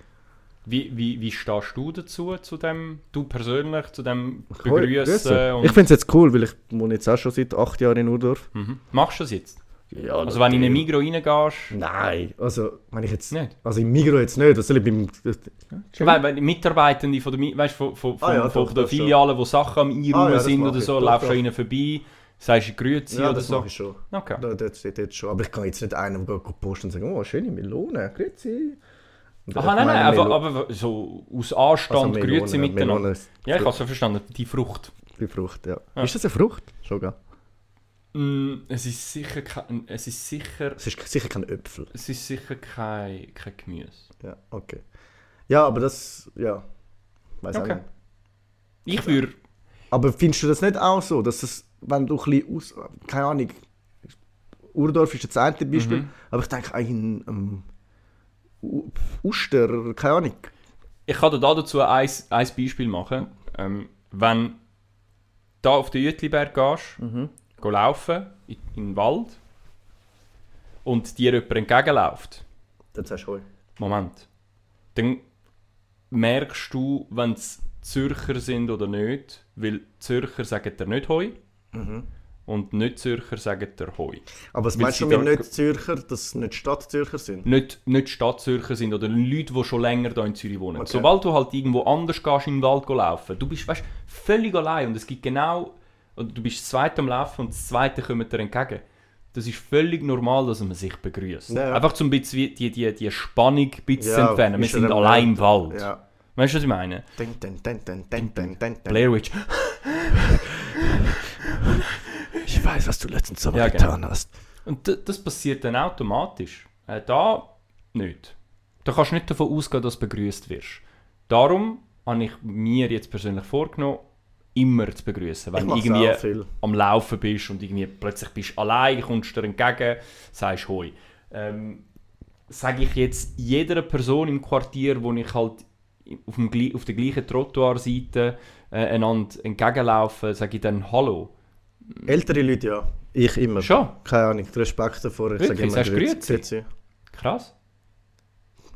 Speaker 2: Wie, wie, wie stehst du dazu, zu dem, du persönlich, zu dem
Speaker 1: Hoi,
Speaker 2: Begrüßen?
Speaker 1: grüße.
Speaker 2: Und,
Speaker 1: Ich finde es jetzt cool, weil ich wohne jetzt auch schon seit acht Jahren in Urdorf.
Speaker 2: mhm. Machst du das jetzt?
Speaker 1: Ja,
Speaker 2: Also wenn du in
Speaker 1: natürlich.
Speaker 2: ein Migro reingehst,
Speaker 1: Nein, also wenn ich jetzt...
Speaker 2: Nicht?
Speaker 1: Also im Migro jetzt nicht, was soll ich beim...
Speaker 2: weil, weil die Mitarbeitende von der, Mi- weißt, von, von, von,
Speaker 1: Ah ja,
Speaker 2: von
Speaker 1: doch,
Speaker 2: der
Speaker 1: das schon.
Speaker 2: Filiale, die Sachen am Einräumen
Speaker 1: Ah ja, das
Speaker 2: sind
Speaker 1: mach
Speaker 2: oder
Speaker 1: ich.
Speaker 2: so,
Speaker 1: Doch,
Speaker 2: läufst du
Speaker 1: doch.
Speaker 2: ihnen vorbei, sagst Grüezi
Speaker 1: Ja,
Speaker 2: oder
Speaker 1: das
Speaker 2: so.
Speaker 1: mache ich schon.
Speaker 2: Okay.
Speaker 1: Da, dort steht jetzt schon. Aber ich kann jetzt nicht einem gehen posten und sagen, oh, schöne Melone, grüezi. Und
Speaker 2: Aha,
Speaker 1: ich
Speaker 2: nein,
Speaker 1: meine
Speaker 2: nein, aber,
Speaker 1: Melo-
Speaker 2: aber so aus Anstand
Speaker 1: Also Melone,
Speaker 2: Grüezi miteinander.
Speaker 1: Melone ist-
Speaker 2: ja, ich habe es so verstanden, die Frucht.
Speaker 1: die Frucht, ja. Ist das eine Frucht? Schon, gell?
Speaker 2: Mm, Es ist sicher kein, es ist sicher,
Speaker 1: Es ist sicher kein Äpfel.
Speaker 2: es ist sicher kein, kein Gemüse.
Speaker 1: Ja, okay. Ja, aber das, ja. Weiß
Speaker 2: Okay.
Speaker 1: auch nicht.
Speaker 2: Ich würde
Speaker 1: Aber findest du das nicht auch so, dass es, wenn du ein bisschen aus, keine Ahnung, Urdorf ist jetzt ein Beispiel,
Speaker 2: Mhm.
Speaker 1: aber ich denke, ein ähm, U- Uster, keine Ahnung.
Speaker 2: Ich kann dir da dazu ein, ein Beispiel machen. Ähm, wenn du auf den Jütliberg gehst, go laufen in, in den Wald und dir jemand entgegenläuft,
Speaker 1: Dann sagst du «Hoi».
Speaker 2: Moment, dann merkst du, wenn es Zürcher sind oder nicht, weil Zürcher sagen dir nicht «Hoi», Und nicht Zürcher sagen der Hoi.
Speaker 1: Aber was
Speaker 2: Weil
Speaker 1: meinst
Speaker 2: sie
Speaker 1: du mit
Speaker 2: da-
Speaker 1: nicht Zürcher, dass es nicht Stadtzürcher sind?
Speaker 2: Nicht, nicht Stadtzürcher sind oder Leute, die schon länger hier in Zürich wohnen.
Speaker 1: Okay.
Speaker 2: Sobald du halt irgendwo anders gehst, in den Wald laufen, du bist weißt, völlig allein und es gibt genau, oder du bist das zweite am Laufen und das zweite kommt dir entgegen. Das ist völlig normal, dass man sich begrüßt.
Speaker 1: Ja, ja.
Speaker 2: Einfach zum bisschen wie die, die, die Spannung ein bisschen
Speaker 1: Ja,
Speaker 2: zu entfernen. Wir
Speaker 1: ist ja
Speaker 2: sind
Speaker 1: der
Speaker 2: allein im
Speaker 1: Wald.
Speaker 2: Wald.
Speaker 1: Ja.
Speaker 2: Weißt du, was ich meine?
Speaker 1: Dun, dun, dun, dun, dun, dun, dun, dun.
Speaker 2: Blair Witch.
Speaker 1: Ich weiß, was du letzten Sommer
Speaker 2: Ja, genau.
Speaker 1: hast.
Speaker 2: Und d- das passiert dann automatisch. Äh, da nicht. Da kannst du nicht davon ausgehen, dass du begrüßt wirst. Darum habe ich mir jetzt persönlich vorgenommen, immer zu begrüßen.
Speaker 1: Ich
Speaker 2: Wenn du
Speaker 1: mach's
Speaker 2: irgendwie
Speaker 1: auch viel.
Speaker 2: am Laufen bist und irgendwie plötzlich bist du allein, kommst dir entgegen, sagst Hoi. Ähm, sage ich jetzt jeder Person im Quartier, wo ich halt auf, dem, gli- auf der gleichen Trottoirseite äh, einander entgegenlaufe, sage ich dann Hallo.
Speaker 1: Ältere Leute, ja. Ich immer.
Speaker 2: Schon?
Speaker 1: Keine Ahnung, Respekt davor. Ich
Speaker 2: Wirklich? Sagst du
Speaker 1: Grüezi.
Speaker 2: Grüezi? Krass.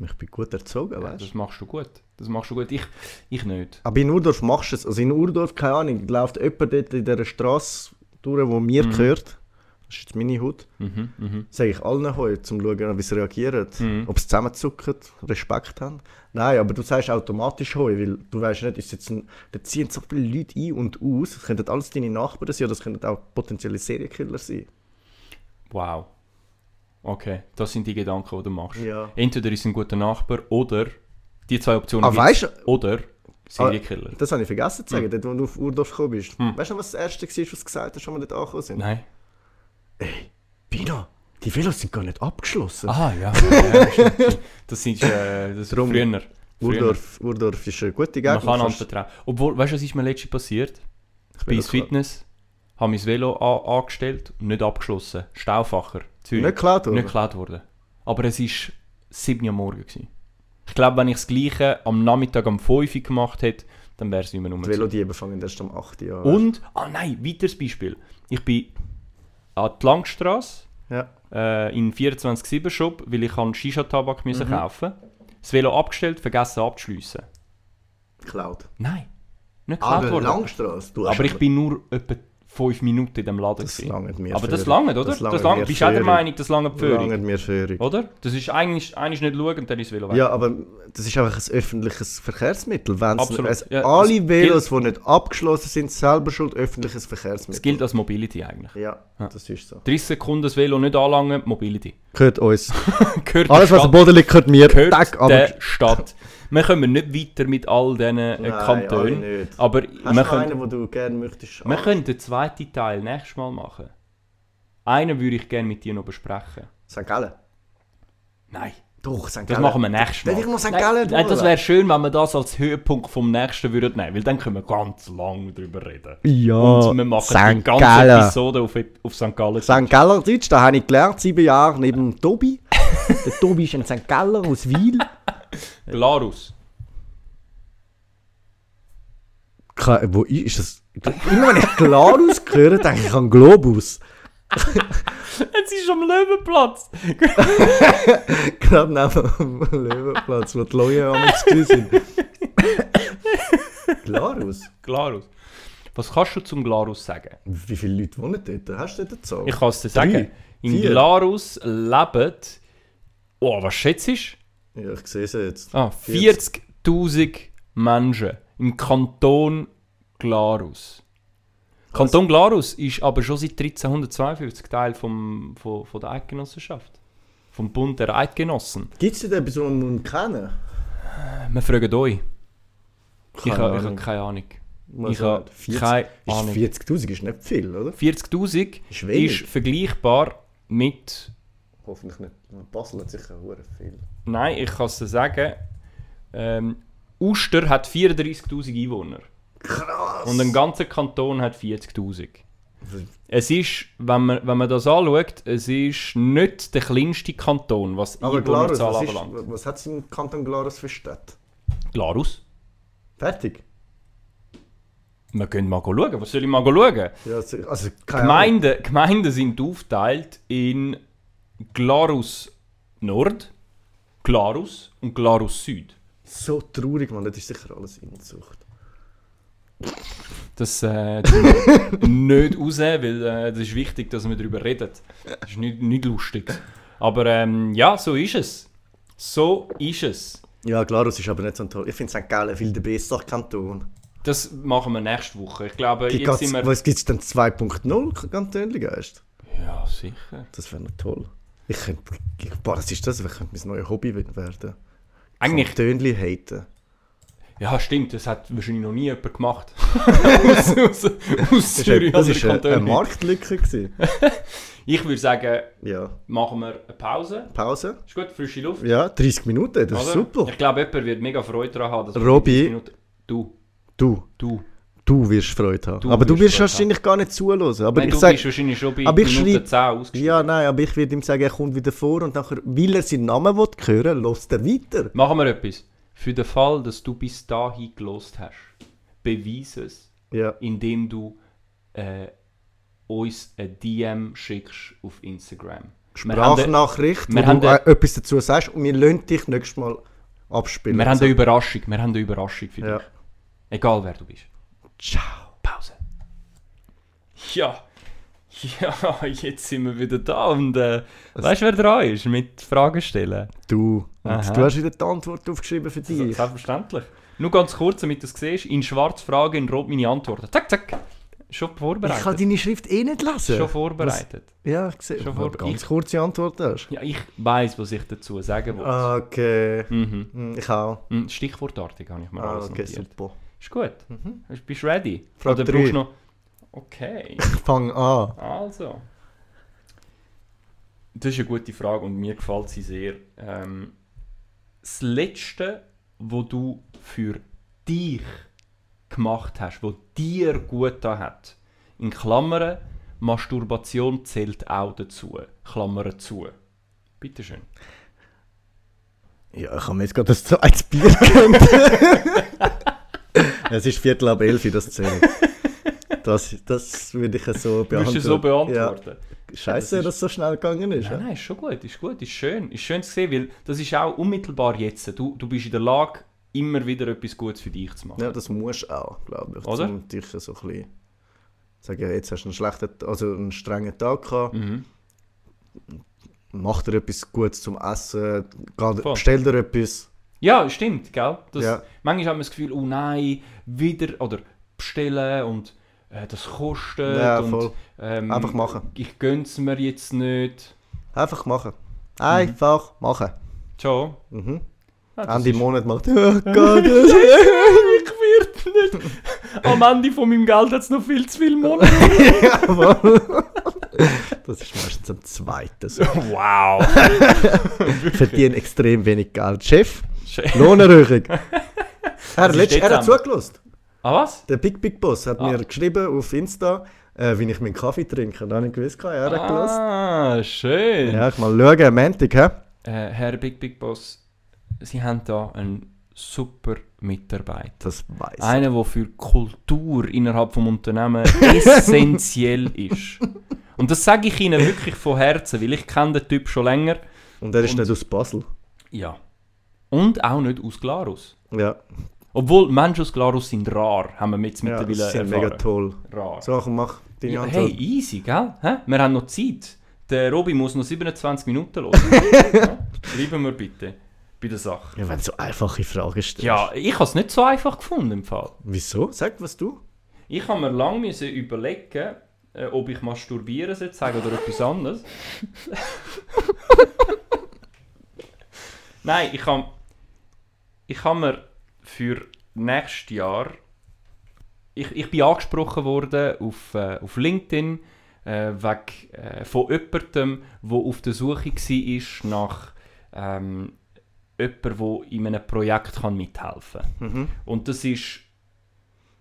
Speaker 1: Ich bin gut erzogen,
Speaker 2: Ja,
Speaker 1: weißt du?
Speaker 2: das machst du gut. Das machst du gut. Ich, ich nicht.
Speaker 1: Aber in Urdorf machst du es. Also in Urdorf, keine Ahnung, läuft jemand dort in dieser Straße durch, die mir gehört. Das ist jetzt meine Haut.
Speaker 2: Mhm, mhm.
Speaker 1: Sage ich allen heute, um zu schauen, wie sie reagieren. Ob sie zusammenzucken, Respekt haben. Nein, aber du sagst automatisch heu, weil du weißt nicht, ist jetzt ein, da ziehen so viele Leute ein und aus. Das könnten alles deine Nachbarn sein oder das könnten auch potenzielle Serienkiller sein.
Speaker 2: Wow. Okay, das sind die Gedanken, die du machst.
Speaker 1: Ja.
Speaker 2: Entweder ist ein guter Nachbar oder die zwei Optionen.
Speaker 1: Ah,
Speaker 2: gibt's.
Speaker 1: weisst Ah.
Speaker 2: Oder Serienkiller.
Speaker 1: Das habe ich vergessen zu sagen,
Speaker 2: Mhm.
Speaker 1: dort, wo du auf Urdorf gekommen bist. Weißt du noch, was das erste war, was du gesagt hast, als wir dort angekommen sind?
Speaker 2: Nein.
Speaker 1: Pino, die Velos sind gar nicht abgeschlossen.
Speaker 2: Ah,
Speaker 1: <laughs>
Speaker 2: ja. ja stimmt, stimmt. das sind äh, das
Speaker 1: Drum.
Speaker 2: früher. früher.
Speaker 1: Urdorf, Urdorf ist eine gute Gegend.
Speaker 2: Man kann halt
Speaker 1: kannst-
Speaker 2: einander vertrauen. Obwohl, weißt du, was ist mir letztens passiert? Ich bin
Speaker 1: Velo
Speaker 2: ins Fitness, habe mein Velo a- angestellt und nicht abgeschlossen. Staufacher, Zürich.
Speaker 1: Nicht geklaut worden?
Speaker 2: Nicht geklaut worden. Aber es war 7 Uhr am Morgen. Gewesen. Ich glaube, wenn ich das Gleiche am Nachmittag am 5 Uhr gemacht hätte, dann wäre es nicht mehr rum.
Speaker 1: Die Velodiebe fangen erst am 8. Jahr.
Speaker 2: Und, ah nein, weiteres Beispiel. Ich bin an die Langstrasse
Speaker 1: Ja.
Speaker 2: äh, in 24-7-Shop, weil ich einen Shisha-Tabak mhm. kaufen Das Velo abgestellt, vergessen abzuschliessen.
Speaker 1: Geklaut.
Speaker 2: Nein, nicht
Speaker 1: Ah,
Speaker 2: geklaut
Speaker 1: der
Speaker 2: worden.
Speaker 1: Langstrasse. Du hast
Speaker 2: Aber ich bin nur etwa 5 Minuten in diesem Laden.
Speaker 1: Das
Speaker 2: gewesen.
Speaker 1: langt mir
Speaker 2: Aber das
Speaker 1: für-
Speaker 2: lange, oder?
Speaker 1: das
Speaker 2: Das
Speaker 1: langt mir
Speaker 2: lange, bist du auch der
Speaker 1: für-
Speaker 2: Meinung, das lange für
Speaker 1: Lange mir Führung.
Speaker 2: Oder? Das ist eigentlich, eigentlich nicht schauen und dann ist das Velo weg.
Speaker 1: Ja, aber das ist einfach ein öffentliches Verkehrsmittel. Wenn's
Speaker 2: Absolut.
Speaker 1: Also
Speaker 2: Ja,
Speaker 1: alle
Speaker 2: das
Speaker 1: Velos, die nicht abgeschlossen sind, selber schuld, öffentliches
Speaker 2: Das
Speaker 1: Verkehrsmittel.
Speaker 2: gilt als Mobility eigentlich.
Speaker 1: Ja, das ist so.
Speaker 2: 30 Sekunden das Velo nicht anlangen, Mobility. <laughs>
Speaker 1: Gehört uns.
Speaker 2: gehört
Speaker 1: Alles,
Speaker 2: der
Speaker 1: was am
Speaker 2: Stadt,
Speaker 1: Boden liegt, gehört mir.
Speaker 2: gehört
Speaker 1: Tag, aber...
Speaker 2: der Stadt. Wir kommen nicht weiter mit all diesen äh,
Speaker 1: Nein,
Speaker 2: Kantonen.
Speaker 1: alle nicht.
Speaker 2: aber
Speaker 1: Hast du
Speaker 2: wir
Speaker 1: noch
Speaker 2: können,
Speaker 1: einen, den du gerne möchtest?
Speaker 2: wir können den zweiten Teil nächstes Mal machen. Einen würde ich gerne mit dir noch besprechen.
Speaker 1: St. Gallen.
Speaker 2: Nein,
Speaker 1: Doch, St. Gallen.
Speaker 2: das machen wir nächstes Mal.
Speaker 1: Darf ich noch St.
Speaker 2: Nein,
Speaker 1: Gallen
Speaker 2: nein, das
Speaker 1: durchwählen?
Speaker 2: wäre schön, wenn wir das als Höhepunkt vom nächsten würden nehmen, weil dann können wir ganz lange drüber reden.
Speaker 1: Ja,
Speaker 2: Und wir machen die
Speaker 1: St.
Speaker 2: ganze
Speaker 1: Gallen.
Speaker 2: Episode auf, auf St. Gallen.
Speaker 1: St. Galler Deutsch, da habe ich gelernt, sieben Jahre neben dem <laughs> Tobi. Der Tobi ist ein St. Galler aus Wiel.
Speaker 2: Glarus.
Speaker 1: Ke- Wo i- ist das? Immer wenn ich Glarus höre, denke ich an Globus.
Speaker 2: Jetzt ist am Löwenplatz.
Speaker 1: Gerade neben dem Löwenplatz, wo die Leute am Exkurs sind. Glarus?
Speaker 2: Glarus. Was kannst du zum Glarus sagen?
Speaker 1: Wie viele Leute wohnen dort? Hast du dort so?
Speaker 2: Ich kann es dir sagen.
Speaker 1: Drei,
Speaker 2: In
Speaker 1: vier.
Speaker 2: Glarus leben, oh, was schätzt du?
Speaker 1: Ja, ich sehe es jetzt.
Speaker 2: Ah, 40.000 Menschen im Kanton Glarus. Kanton Glarus ist aber schon seit 1352 Teil vom, von, von der Eidgenossenschaft. Vom Bund der Eidgenossen.
Speaker 1: Gibt es dort etwas, was man kennen
Speaker 2: Wir fragen euch. Ich
Speaker 1: Keine
Speaker 2: habe ich
Speaker 1: Ahnung.
Speaker 2: hab keine Ahnung.
Speaker 1: muss?
Speaker 2: Ich habe keine Ahnung.
Speaker 1: 40.000 ist nicht viel, oder?
Speaker 2: 40.000
Speaker 1: Ist
Speaker 2: ist,
Speaker 1: wenig.
Speaker 2: vergleichbar mit.
Speaker 1: Hoffentlich nicht. Basel hat sicher hure viel.
Speaker 2: Nein, ich kann es dir sagen. Ähm, Uster hat 34.000 Einwohner.
Speaker 1: Krass!
Speaker 2: Und ein ganzer Kanton hat 40.000. Es ist, wenn man, wenn man das anschaut, es ist nicht der kleinste Kanton, was
Speaker 1: Aber Glarus,
Speaker 2: Einwohnerzahl
Speaker 1: was, ist,
Speaker 2: anbelangt.
Speaker 1: was hat es im Kanton Glarus für Stadt?
Speaker 2: Glarus?
Speaker 1: Fertig?
Speaker 2: Wir können mal schauen. Was soll ich mal schauen?
Speaker 1: Ja, also, also keine Ahnung.
Speaker 2: Gemeinden, Gemeinden sind aufgeteilt in Glarus Nord, Glarus und Glarus Süd.
Speaker 1: So traurig, man. Das ist sicher alles Inzucht.
Speaker 2: Das äh, tun
Speaker 1: <laughs>
Speaker 2: wir nicht raus, weil äh, das ist wichtig, dass wir darüber reden. Das ist nicht, nicht lustig. Aber ähm, ja, so ist es. So ist es.
Speaker 1: Ja, klar, es ist aber nicht so ein Tor. Ich finde St. Gallen viel der bessere Kanton.
Speaker 2: Das machen wir nächste Woche. Ich glaube,
Speaker 1: Gibt
Speaker 2: jetzt sind wir...
Speaker 1: es gibt's denn 2.0 Kantönligeist?
Speaker 2: Ja, sicher.
Speaker 1: Das wäre noch toll. Ich könnte. ich- Boah, das ist das, ich könnte mein neues Hobby we- werden.
Speaker 2: Eigentlich...
Speaker 1: Kantönli
Speaker 2: <laughs>
Speaker 1: haten.
Speaker 2: Ja, stimmt. Das hat wahrscheinlich noch nie
Speaker 1: <laughs>
Speaker 2: jemand gemacht. aus, aus, aus
Speaker 1: Das war
Speaker 2: Zürich,
Speaker 1: das
Speaker 2: also
Speaker 1: ist eine, eine
Speaker 2: Kanton. nicht.
Speaker 1: Marktlücke. gewesen.
Speaker 2: Ich würde sagen,
Speaker 1: Ja.
Speaker 2: machen wir eine Pause.
Speaker 1: Pause?
Speaker 2: Ist gut, frische Luft.
Speaker 1: Ja, 30 Minuten, das ist
Speaker 2: oder?
Speaker 1: super.
Speaker 2: Ich glaube, jemand wird mega Freude daran haben. dass wir
Speaker 1: Robi.
Speaker 2: 30 Minuten- Du,
Speaker 1: Du,
Speaker 2: du.
Speaker 1: du wirst Freude haben.
Speaker 2: Du
Speaker 1: aber du
Speaker 2: wirst
Speaker 1: wirst
Speaker 2: Freude
Speaker 1: wahrscheinlich gar nicht zuhören. Aber
Speaker 2: Nein,
Speaker 1: ich
Speaker 2: du
Speaker 1: sag,
Speaker 2: bist wahrscheinlich schon bei
Speaker 1: aber ich
Speaker 2: Minute
Speaker 1: schreib-
Speaker 2: 10 ausgeschrieben.
Speaker 1: ja, nein, aber ich würde ihm sagen, er kommt wieder vor und nachher, weil er seinen Namen will, hören, lässt er weiter.
Speaker 2: Machen wir etwas. Für den Fall, dass du bis dahin gelost hast, beweise es,
Speaker 1: Ja.
Speaker 2: indem du äh, uns ein DM schickst auf Instagram. Wir haben,
Speaker 1: Sprachnachricht,
Speaker 2: wir
Speaker 1: wo
Speaker 2: haben
Speaker 1: du
Speaker 2: den-
Speaker 1: äh, etwas dazu sagst und wir lassen dich nächstes Mal abspielen.
Speaker 2: wir haben eine Überraschung. Wir haben eine Überraschung für
Speaker 1: Ja.
Speaker 2: dich. Egal wer du bist.
Speaker 1: Ciao.
Speaker 2: Pause. Ja. Ja, jetzt sind wir wieder da und äh, weißt du, wer dran ist mit Fragen stellen?
Speaker 1: Du.
Speaker 2: Aha. Also,
Speaker 1: Und du hast wieder die Antwort aufgeschrieben für dich.
Speaker 2: Selbstverständlich. Nur ganz kurz, damit du es siehst. In schwarz Frage, in rot meine Antworten. Zack, zack. Schon
Speaker 1: Ich kann
Speaker 2: vorbereitet.
Speaker 1: deine Schrift eh nicht lesen.
Speaker 2: Schon vorbereitet.
Speaker 1: Ja, ich sehe.
Speaker 2: Schon
Speaker 1: Schon
Speaker 2: vor-
Speaker 1: ganz
Speaker 2: ich-
Speaker 1: kurze Antwort hast.
Speaker 2: Ja, ich weiß, was ich dazu sagen will.
Speaker 1: Ah. Okay.
Speaker 2: Mhm.
Speaker 1: Hm, Ich auch.
Speaker 2: Mhm, Stichwortartig habe ich mir
Speaker 1: Ah,
Speaker 2: alles
Speaker 1: okay,
Speaker 2: notiert.
Speaker 1: super. Mhm.
Speaker 2: Ist gut. Bist- Bist du ready?
Speaker 1: Frage
Speaker 2: Oder brauchst
Speaker 1: drei.
Speaker 2: du noch... Okay.
Speaker 1: Ich fange an.
Speaker 2: Also. Das ist eine gute Frage und mir gefällt sie sehr. Ähm, das Letzte, wo du für dich gemacht hast, wo dir gut da hat, in Klammern, Masturbation zählt auch dazu. Klammern zu. Bitteschön.
Speaker 1: Ja, ich habe mir jetzt gerade das zweite Bier gegönnt. <laughs> es ist Viertel ab elf, das zählt. Das, das würde ich so beantworten.
Speaker 2: Würdest du so beantworten?
Speaker 1: Ja. Scheiße,
Speaker 2: Das ist-
Speaker 1: dass es so schnell gegangen ist.
Speaker 2: Nein,
Speaker 1: Ja,
Speaker 2: nein, ist schon gut, ist gut, ist schön. Ist schön zu sehen, weil das ist auch unmittelbar jetzt. Du, du bist in der Lage, immer wieder etwas Gutes für dich zu machen.
Speaker 1: ja das musst du auch, glaube ich.
Speaker 2: Oder?
Speaker 1: Um dich so ein bisschen sagen, ja, jetzt hast du einen schlechten, also einen strengen Tag gehabt.
Speaker 2: Mhm.
Speaker 1: Mach dir etwas Gutes zum Essen. geh-
Speaker 2: Voll.
Speaker 1: Bestell dir etwas.
Speaker 2: Ja, stimmt, gell? Das,
Speaker 1: Ja.
Speaker 2: Manchmal hat man das Gefühl, oh nein, wieder oder bestellen und äh, das kostet.
Speaker 1: Ja,
Speaker 2: und,
Speaker 1: voll.
Speaker 2: ähm,
Speaker 1: Einfach machen.
Speaker 2: Ich gönn's mir jetzt nicht.
Speaker 1: Einfach machen. Einfach machen.
Speaker 2: Ciao.
Speaker 1: Mhm.
Speaker 2: Mhm. Ja, das
Speaker 1: Ende
Speaker 2: ist-
Speaker 1: Monat macht. Oh <laughs> Gott, das
Speaker 2: <laughs> Ich wird nicht. Am Ende von meinem Geld hat es noch viel zu viel Monate.
Speaker 1: <laughs> Jawohl. Das ist meistens am zweiten. So.
Speaker 2: wow.
Speaker 1: Verdienen extrem wenig Geld. Chef,
Speaker 2: Schön. <laughs>
Speaker 1: Lohnerhöhung. Er,
Speaker 2: ist
Speaker 1: letzt, er hat
Speaker 2: Dezember.
Speaker 1: zugelost.
Speaker 2: ah, was?
Speaker 1: Der Big Big Boss hat
Speaker 2: Ah.
Speaker 1: mir geschrieben auf Insta, äh, wie ich meinen Kaffee trinke. Da habe ich gewusst, er hat gelost.
Speaker 2: Ah, schön.
Speaker 1: Ja, ich mal schauen, am Montag, hä?
Speaker 2: Äh, Herr Big Big Boss, Sie haben da einen super Mitarbeiter.
Speaker 1: Das weiß ich.
Speaker 2: Einer, der für die Kultur innerhalb des Unternehmens <laughs> essentiell ist. Und das sage ich Ihnen wirklich von Herzen, weil ich kenne den Typ schon länger.
Speaker 1: Und er ist
Speaker 2: Und-
Speaker 1: nicht aus Basel.
Speaker 2: Ja. Und auch nicht aus Glarus.
Speaker 1: Ja,
Speaker 2: Obwohl Menschen aus Glarus sind rar, haben wir jetzt
Speaker 1: ja
Speaker 2: mittlerweile
Speaker 1: das sind
Speaker 2: erfahren.
Speaker 1: mega toll.
Speaker 2: rar.
Speaker 1: So, komm, mach deine
Speaker 2: ja, hey,
Speaker 1: Antwort.
Speaker 2: easy, gell? Hä? Wir haben noch Zeit. Der Robi muss noch 27 Minuten
Speaker 1: <laughs>
Speaker 2: los. ja? Bleiben wir bitte bei der Sache.
Speaker 1: Ja, wenn du so einfache Fragen stellst.
Speaker 2: Ja, ich habe es nicht so einfach gefunden im Fall.
Speaker 1: Wieso? Sag, was du?
Speaker 2: Ich habe mir lange müssen überlegen, äh, ob ich masturbieren soll sagen oder etwas anderes. Nein, ich habe ich habe mir für nächstes Jahr ich, ich bin angesprochen worden auf, äh, auf LinkedIn äh, wegen, äh, von jemandem, der auf der Suche war nach ähm, jemandem, der in einem Projekt kann mithelfen kann.
Speaker 1: Mhm.
Speaker 2: Und das ist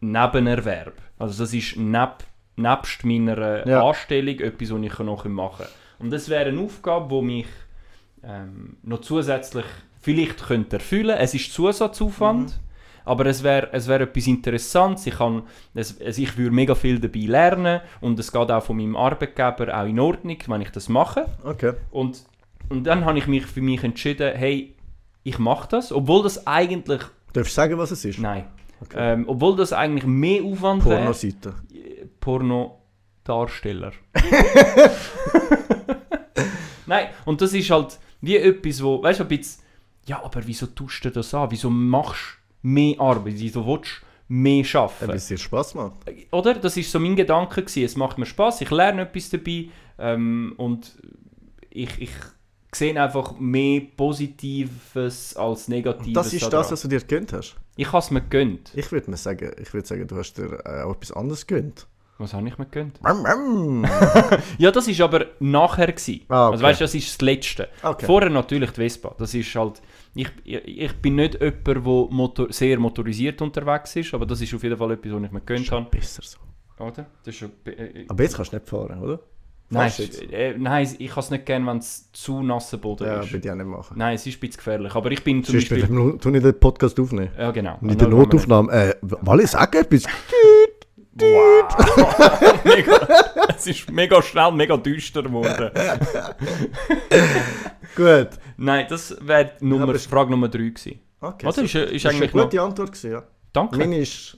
Speaker 2: Nebenerwerb. Also das ist neb, nebst meiner äh,
Speaker 1: Ja.
Speaker 2: Anstellung etwas, was ich noch machen kann. Und das wäre eine Aufgabe, die mich ähm, noch zusätzlich vielleicht könnte erfüllen Es ist Zusatzaufwand, aber es wäre es wäre etwas Interessantes. Ich, kann, es, es, ich würde mega viel dabei lernen und es geht auch von meinem Arbeitgeber auch in Ordnung, wenn ich das mache.
Speaker 1: Okay.
Speaker 2: Und, und dann habe ich mich für mich entschieden, hey, ich mache das, obwohl das eigentlich
Speaker 1: Darfst du sagen, was es ist?
Speaker 2: Nein.
Speaker 1: Okay.
Speaker 2: Ähm, obwohl das eigentlich mehr Aufwand wäre.
Speaker 1: Pornoseite.
Speaker 2: Pornodarsteller. Nein, und das ist halt wie etwas, wo, weißt du, ein bisschen, ja, aber wieso tust du das an? Wieso machst du mehr Arbeit? Wieso willst du mehr
Speaker 1: Eben,
Speaker 2: arbeiten?
Speaker 1: es dir Spass macht.
Speaker 2: Oder? Das ist so mein Gedanke gewesen. Es macht mir Spaß, ich lerne etwas dabei ähm, und ich, ich sehe einfach mehr Positives als Negatives.
Speaker 1: Und das ist
Speaker 2: daran.
Speaker 1: das, was du dir gegönnt hast.
Speaker 2: Ich habe es mir gegönnt.
Speaker 1: Ich würde mir sagen, ich würde sagen, du hast dir äh, auch etwas anderes Ah, gegönnt.
Speaker 2: Was habe ich mir gegönnt?
Speaker 1: Bam, bam.
Speaker 2: Ja, das ist aber nachher gewesen.
Speaker 1: Ah, okay.
Speaker 2: Also weißt du, das ist das Letzte.
Speaker 1: Okay.
Speaker 2: Vorher natürlich die Vespa. Das ist halt, ich, ich, ich bin nicht jemand, der motor, sehr motorisiert unterwegs ist, aber das ist auf jeden Fall etwas, was ich mir
Speaker 1: Ist
Speaker 2: gegönnt
Speaker 1: schon
Speaker 2: habe.
Speaker 1: besser so.
Speaker 2: Oder? Das ist, schon be- äh, äh,
Speaker 1: Aber jetzt kannst du nicht fahren, oder?
Speaker 2: nein,
Speaker 1: Fast jetzt.
Speaker 2: äh, nein, ich kann es nicht gerne, wenn es zu nasser Boden
Speaker 1: Ja,
Speaker 2: ist.
Speaker 1: würde ich auch nicht machen.
Speaker 2: Nein, es ist ein bisschen gefährlich, aber ich bin zum
Speaker 1: Sonst
Speaker 2: Beispiel...
Speaker 1: würde ich nicht den Podcast aufnehmen.
Speaker 2: Ja, genau.
Speaker 1: Nicht in der
Speaker 2: Nur wenn man-
Speaker 1: Notaufnahme. Äh, weil ich sage
Speaker 2: <laughs>
Speaker 1: etwas.
Speaker 2: Wow! <laughs> mega, es ist mega schnell, mega düster geworden.
Speaker 1: Gut.
Speaker 2: Nein, das wäre
Speaker 1: Aber
Speaker 2: Nummer,
Speaker 1: es-
Speaker 2: Frage Nummer 3 gewesen.
Speaker 1: Okay.
Speaker 2: Oder?
Speaker 1: so.
Speaker 2: Ist,
Speaker 1: Das
Speaker 2: ist
Speaker 1: war
Speaker 2: eigentlich
Speaker 1: eine
Speaker 2: noch...
Speaker 1: gute Antwort, gewesen, ja.
Speaker 2: Danke.
Speaker 1: Meine ist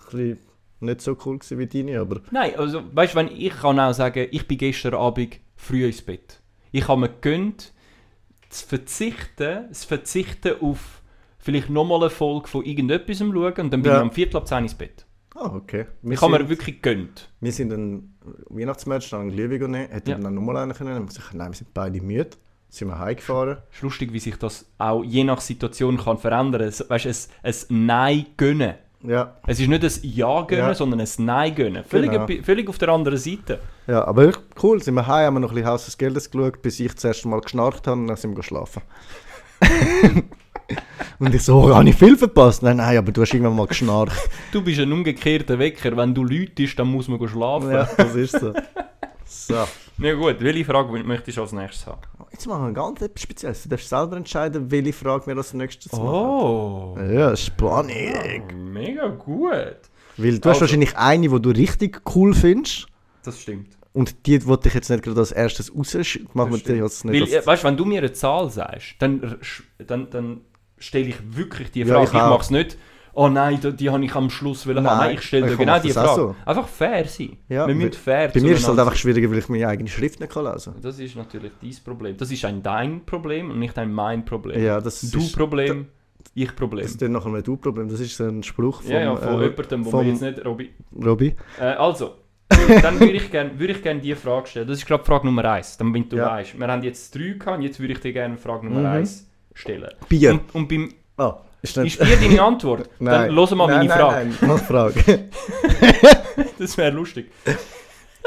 Speaker 1: ein bisschen nicht so cool gewesen wie deine, aber
Speaker 2: Nein, also weißt du, wenn ich kann auch sagen, ich bin gestern Abend früh ins Bett. Ich habe mir gegönnt, zu verzichten, das Verzichten auf vielleicht nochmal eine Folge von irgendetwas schauen und dann bin
Speaker 1: Ja.
Speaker 2: ich am Viertel ab 10 ins Bett.
Speaker 1: ah, okay. Wir
Speaker 2: Ich habe mir
Speaker 1: sind-
Speaker 2: wirklich gegönnt.
Speaker 1: Wir sind ein Weihnachtsmatch, dann einen Glühwein genommen, hätten
Speaker 2: Ja.
Speaker 1: dann nochmal einen können. Dann haben wir gesagt, nein, wir sind beide müde. Sind wir heimgefahren.
Speaker 2: Es ist lustig, wie sich das auch je nach Situation kann verändern kann. Weißt du, ein, ein Nein gönnen.
Speaker 1: Ja.
Speaker 2: Es ist nicht ein Ja gönnen,
Speaker 1: Ja.
Speaker 2: sondern ein Nein gönnen. Völlig,
Speaker 1: Genau.
Speaker 2: etwas- völlig auf der anderen Seite.
Speaker 1: ja, aber wirklich cool. Sind wir heim, haben wir noch ein bisschen Haus des Geldes geschaut, bis ich das erste Mal geschnarcht habe und dann sind wir
Speaker 2: <laughs>
Speaker 1: schlafen. und ich so, oh, habe ich viel verpasst? Nein, nein, aber du hast irgendwann mal geschnarcht.
Speaker 2: Du bist ein umgekehrter Wecker. Wenn du läutest, dann muss man go schlafen.
Speaker 1: ja,
Speaker 2: <laughs> Ja.
Speaker 1: das ist so. So.
Speaker 2: gut, welche Frage möchtest du als nächstes haben?
Speaker 1: Jetzt machen wir ganz etwas Spezielles. Du darfst selber entscheiden, welche Frage wir als nächstes machen.
Speaker 2: Oh,
Speaker 1: Ja, spannend.
Speaker 2: mega gut.
Speaker 1: Weil du hast
Speaker 2: Also.
Speaker 1: wahrscheinlich eine, die du richtig cool findest.
Speaker 2: Das stimmt.
Speaker 1: Und die wollte ich jetzt nicht gerade als erstes rausschießen. Machen wir
Speaker 2: Das stimmt.
Speaker 1: die jetzt
Speaker 2: Weil,
Speaker 1: nicht.
Speaker 2: äh,
Speaker 1: Als
Speaker 2: weißt du, wenn du mir eine Zahl sagst, dann, r- sch- dann, dann stelle ich wirklich die
Speaker 1: Ja,
Speaker 2: Frage.
Speaker 1: ich
Speaker 2: ich
Speaker 1: auch.
Speaker 2: mache es nicht, oh nein, die, die habe ich am Schluss wollen.
Speaker 1: Nein,
Speaker 2: Nein, nein, ich stelle dir
Speaker 1: ich
Speaker 2: genau
Speaker 1: mache
Speaker 2: die
Speaker 1: das auch
Speaker 2: Frage.
Speaker 1: so.
Speaker 2: Einfach fair sein.
Speaker 1: Ja,
Speaker 2: Wir müssen
Speaker 1: bei-
Speaker 2: fair
Speaker 1: Bei mir ist es halt
Speaker 2: zueinander
Speaker 1: einfach schwieriger, weil ich meine eigene Schrift nicht kann lesen
Speaker 2: sein. Das ist natürlich dein Problem. Das ist ein dein Problem und nicht ein mein Problem.
Speaker 1: kann. Ja, das
Speaker 2: du
Speaker 1: ist,
Speaker 2: Problem, ich
Speaker 1: Das
Speaker 2: Problem.
Speaker 1: ist dann nachher ein Du-Problem. Das ist ein Spruch von,
Speaker 2: ja, ja, von
Speaker 1: äh,
Speaker 2: jemandem, wo
Speaker 1: vom
Speaker 2: wir jetzt nicht, Robby.
Speaker 1: Robby.
Speaker 2: Äh, also,
Speaker 1: <laughs>
Speaker 2: dann würde ich gerne würd gern die Frage stellen. Das ist gerade Frage Nummer eins, damit du
Speaker 1: Ja.
Speaker 2: weißt. Wir haben jetzt drei gehabt, jetzt würde ich dir gerne Frage Nummer
Speaker 1: Mhm.
Speaker 2: eins stellen.
Speaker 1: Bier.
Speaker 2: Und, und beim,
Speaker 1: Ah, ist
Speaker 2: ist Bier deine Antwort? Dann los
Speaker 1: <laughs>
Speaker 2: mal
Speaker 1: nein,
Speaker 2: meine
Speaker 1: nein,
Speaker 2: Frage.
Speaker 1: Nein, noch
Speaker 2: <laughs>
Speaker 1: Frage.
Speaker 2: Das wäre lustig.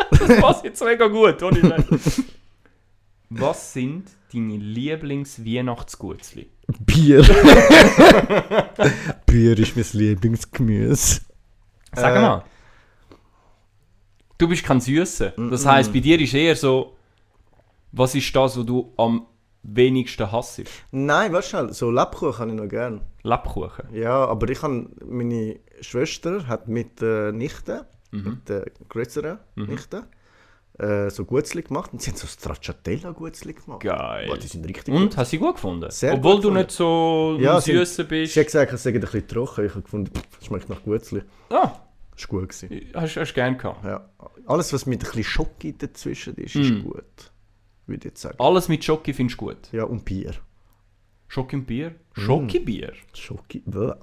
Speaker 2: das passt jetzt mega gut, oder? Nein. Was sind deine Lieblings-Weihnachtsgutzli? <laughs>
Speaker 1: Bier. Bier ist mein Lieblingsgemüse.
Speaker 2: Sag
Speaker 1: Äh.
Speaker 2: mal. Du bist kein Süßer. Das heisst, bei dir ist eher so, was ist das, was du am wenigsten hasst?
Speaker 1: Nein, weißt du schnell, so Lebkuchen kann ich noch gerne.
Speaker 2: Lebkuchen.
Speaker 1: Ja, aber ich han meine Schwester hat mit der Nichte,
Speaker 2: Mhm.
Speaker 1: mit der größeren Nichte, äh, so Gutzli gemacht und sie haben so Stracciatella-Gutzli gemacht.
Speaker 2: Geil.
Speaker 1: Boah, die sind richtig gut.
Speaker 2: Und hast du sie gut gefunden?
Speaker 1: Sehr
Speaker 2: Obwohl
Speaker 1: gut
Speaker 2: du
Speaker 1: gefunden.
Speaker 2: nicht so
Speaker 1: Ja,
Speaker 2: ja,
Speaker 1: sie-
Speaker 2: süßer bist.
Speaker 1: Sie hat gesagt, es sei ein bisschen trocken. Ich habe gefunden, pff, schmeckt nach Gutzli.
Speaker 2: Ah,
Speaker 1: Ist gut gewesen.
Speaker 2: hast du gerne gehabt.
Speaker 1: Ja. Alles, was mit ein bisschen Schoki dazwischen ist,
Speaker 2: Mhm.
Speaker 1: ist gut. Würde ich jetzt sagen.
Speaker 2: Alles mit Schoki findest du gut.
Speaker 1: Ja, und Bier.
Speaker 2: Schoki und Bier?
Speaker 1: Mm.
Speaker 2: Schoki Bier?
Speaker 1: Schoki, bäh.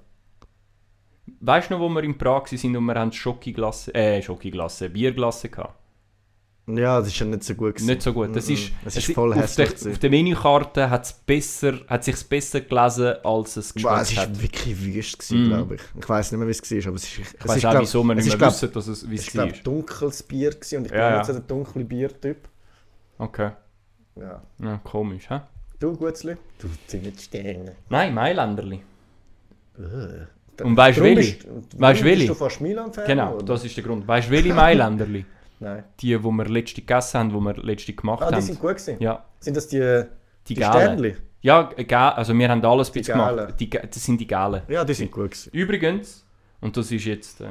Speaker 2: Weißt du noch, wo wir in Prag waren und wir haben Schoki Glasse, äh, Schoki Glasse, Bierglasse gehabt?
Speaker 1: Ja, das ist ja nicht so gut gewesen.
Speaker 2: Nicht so gut. Das
Speaker 1: Mhm.
Speaker 2: ist,
Speaker 1: Es ist voll
Speaker 2: auf
Speaker 1: hässlich
Speaker 2: der,
Speaker 1: gewesen.
Speaker 2: auf der Menükarte hat's besser, hat es sich besser gelesen, als es
Speaker 1: Boah, es
Speaker 2: geschmeckt hat.
Speaker 1: war wirklich wüst, gewesen, glaube ich. Ich weiß nicht mehr, wie es war, aber es ist.
Speaker 2: Mhm. Ich weiß auch, wieso wir nicht mehr wissen, dass es, wie
Speaker 1: Ich
Speaker 2: es war.
Speaker 1: glaube, dunkles Bier gewesen, und ich
Speaker 2: Ja,
Speaker 1: bin
Speaker 2: ja.
Speaker 1: nicht so der dunkle Biertyp.
Speaker 2: Okay.
Speaker 1: Ja.
Speaker 2: Ja, komisch, hä?
Speaker 1: Du, Gutzli? Du, sind nicht Sterne.
Speaker 2: Nein, Mailänderli.
Speaker 1: Und
Speaker 2: Und weißt du, welche?
Speaker 1: Weißt
Speaker 2: Weißt
Speaker 1: du,
Speaker 2: du,
Speaker 1: Bist
Speaker 2: welche?
Speaker 1: du fast Milan-Fan?
Speaker 2: Genau,
Speaker 1: oder?
Speaker 2: das ist der Grund. Weißt du, welche Mailänderli?
Speaker 1: Nein.
Speaker 2: die, die wir letzte gegessen haben, die wir letzte gemacht
Speaker 1: Ah, die
Speaker 2: haben.
Speaker 1: sind gut gewesen.
Speaker 2: ja,
Speaker 1: Sind das die,
Speaker 2: die,
Speaker 1: die
Speaker 2: Gälen.
Speaker 1: Sternli?
Speaker 2: Ja, äh, Gä- also wir haben alles die
Speaker 1: Gälen.
Speaker 2: gemacht. Die, Gä- das sind die Gälen.
Speaker 1: Ja, die sind gut gewesen.
Speaker 2: Übrigens, und das ist jetzt äh,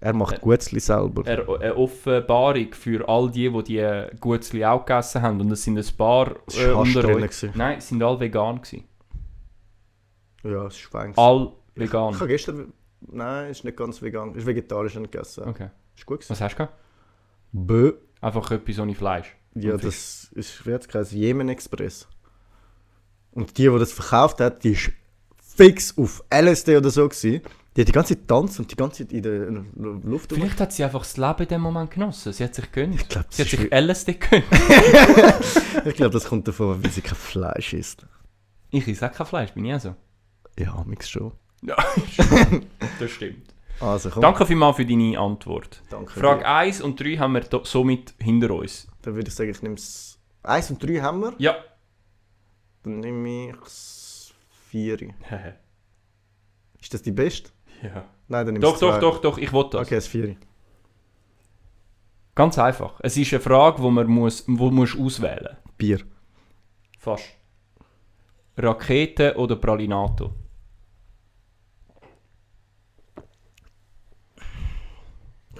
Speaker 1: Er macht Gutzli selber.
Speaker 2: eine eine Offenbarung für all die, die die Gutzli auch gegessen haben. Und es sind ein paar
Speaker 1: Das
Speaker 2: äh,
Speaker 1: war Hass
Speaker 2: unter
Speaker 1: drin
Speaker 2: euch.
Speaker 1: gewesen.
Speaker 2: Nein, es sind alle vegan gewesen.
Speaker 1: Ja, es ist fein. gewesen.
Speaker 2: All
Speaker 1: Ich
Speaker 2: Ah, vegan.
Speaker 1: habe gestern Nein, ist nicht ganz vegan. Ist vegetarisch nicht gegessen.
Speaker 2: Okay.
Speaker 1: Ist gut gewesen.
Speaker 2: Was hast du gehabt?
Speaker 1: Bö.
Speaker 2: Einfach etwas ohne Fleisch.
Speaker 1: Ja,
Speaker 2: Und Fisch.
Speaker 1: das ist, wie hat's geheißen, Jemen Express. Und die, die das verkauft hat, die ist fix auf LSD oder so gewesen. Die hat die ganze Zeit getanzt und die ganze Zeit in der in der Luft
Speaker 2: Vielleicht hat sie einfach das Leben in dem Moment genossen. Sie hat sich gönnt. Ich
Speaker 1: glaub, das
Speaker 2: sie hat
Speaker 1: ist
Speaker 2: sich
Speaker 1: wie-
Speaker 2: LSD gönnt.
Speaker 1: Ich glaube, das kommt davon, weil sie kein Fleisch isst.
Speaker 2: Ich esse auch kein Fleisch, bin ich auch so.
Speaker 1: Ja, mix schon.
Speaker 2: Ja, <laughs> das stimmt.
Speaker 1: Also komm,
Speaker 2: Danke vielmals für deine Antwort.
Speaker 1: danke
Speaker 2: Frage
Speaker 1: dir.
Speaker 2: 1 und 3 haben wir do- somit hinter uns.
Speaker 1: Dann würde ich sagen, ich nehme es... Eins und drei haben wir. <laughs>
Speaker 2: Ja.
Speaker 1: Dann nehme ich das vier. Ist das die beste?
Speaker 2: ja.
Speaker 1: Nein, dann nehme ich
Speaker 2: Doch, doch, doch, doch, ich wollte das.
Speaker 1: Okay, das vier.
Speaker 2: Ganz einfach. Es ist eine Frage, die man muss, wo musst du auswählen
Speaker 1: Bier.
Speaker 2: Fast. Rakete oder Pralinato?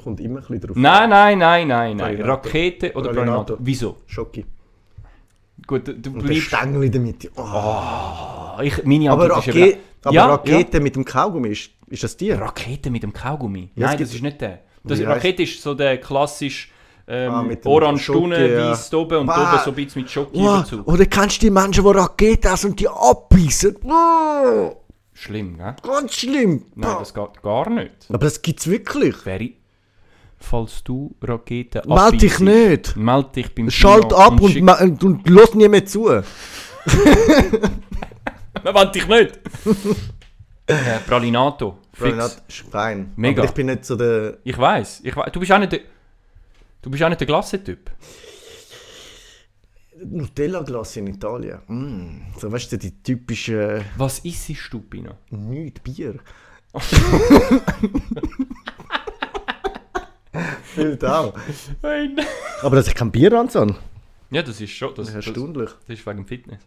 Speaker 1: Kommt immer ein bisschen drauf.
Speaker 2: Nein, nein, nein, nein, nein.
Speaker 1: Pralinato.
Speaker 2: Rakete oder Pralinato.
Speaker 1: Pralinato.
Speaker 2: Wieso?
Speaker 1: Schoki.
Speaker 2: Gut, du- du
Speaker 1: Und der
Speaker 2: bleibst...
Speaker 1: Stängel in der Mitte. Oh.
Speaker 2: Ah, Ich, meine
Speaker 1: Aber,
Speaker 2: Antwort ist
Speaker 1: Rake
Speaker 2: eben-
Speaker 1: aber
Speaker 2: Ja,
Speaker 1: Rakete mit dem Kaugummi, ist, ist das
Speaker 2: ja.
Speaker 1: Tier?
Speaker 2: Rakete mit dem Kaugummi.
Speaker 1: Ja, es
Speaker 2: Nein,
Speaker 1: gibt-
Speaker 2: das ist nicht der. Das,
Speaker 1: Wie
Speaker 2: Rakete ist so der klassische ähm,
Speaker 1: Ah, mit dem
Speaker 2: orange
Speaker 1: Schoki,
Speaker 2: unten,
Speaker 1: ja.
Speaker 2: weiss oben und
Speaker 1: Bah.
Speaker 2: oben so ein bisschen mit Schoki überzug.
Speaker 1: oder Oh, kennst du die Menschen, die Raketen essen und die abbeißen? Oh,
Speaker 2: Schlimm, gell?
Speaker 1: ganz schlimm.
Speaker 2: Nein, das geht gar nicht.
Speaker 1: Aber das gibt's wirklich.
Speaker 2: Wäre falls du Raketen
Speaker 1: Meld dich
Speaker 2: abweisest,
Speaker 1: nicht.
Speaker 2: Meld dich beim
Speaker 1: Schalt
Speaker 2: Tino
Speaker 1: ab und,
Speaker 2: schick-
Speaker 1: ma- und, und lass nie mehr zu.
Speaker 2: <laughs> Man wollte
Speaker 1: <laughs>
Speaker 2: dich nicht. äh, Pralinato. Fix.
Speaker 1: Fix. ist fein.
Speaker 2: Mega.
Speaker 1: Aber ich bin nicht so der...
Speaker 2: Ich weiß, ich weiß. Du bist auch nicht der. Du bist auch nicht der Glasse-Typ.
Speaker 1: Nutella-Glas in Italien. Mm. So, weißt du, die typischen...
Speaker 2: Was isst du, Pino?
Speaker 1: Nicht Bier. Viel auch. Aber dass ich kein Bier anzahn.
Speaker 2: Ja, das ist schon. Das, das, das
Speaker 1: Erstaunlich.
Speaker 2: ist wegen Fitness.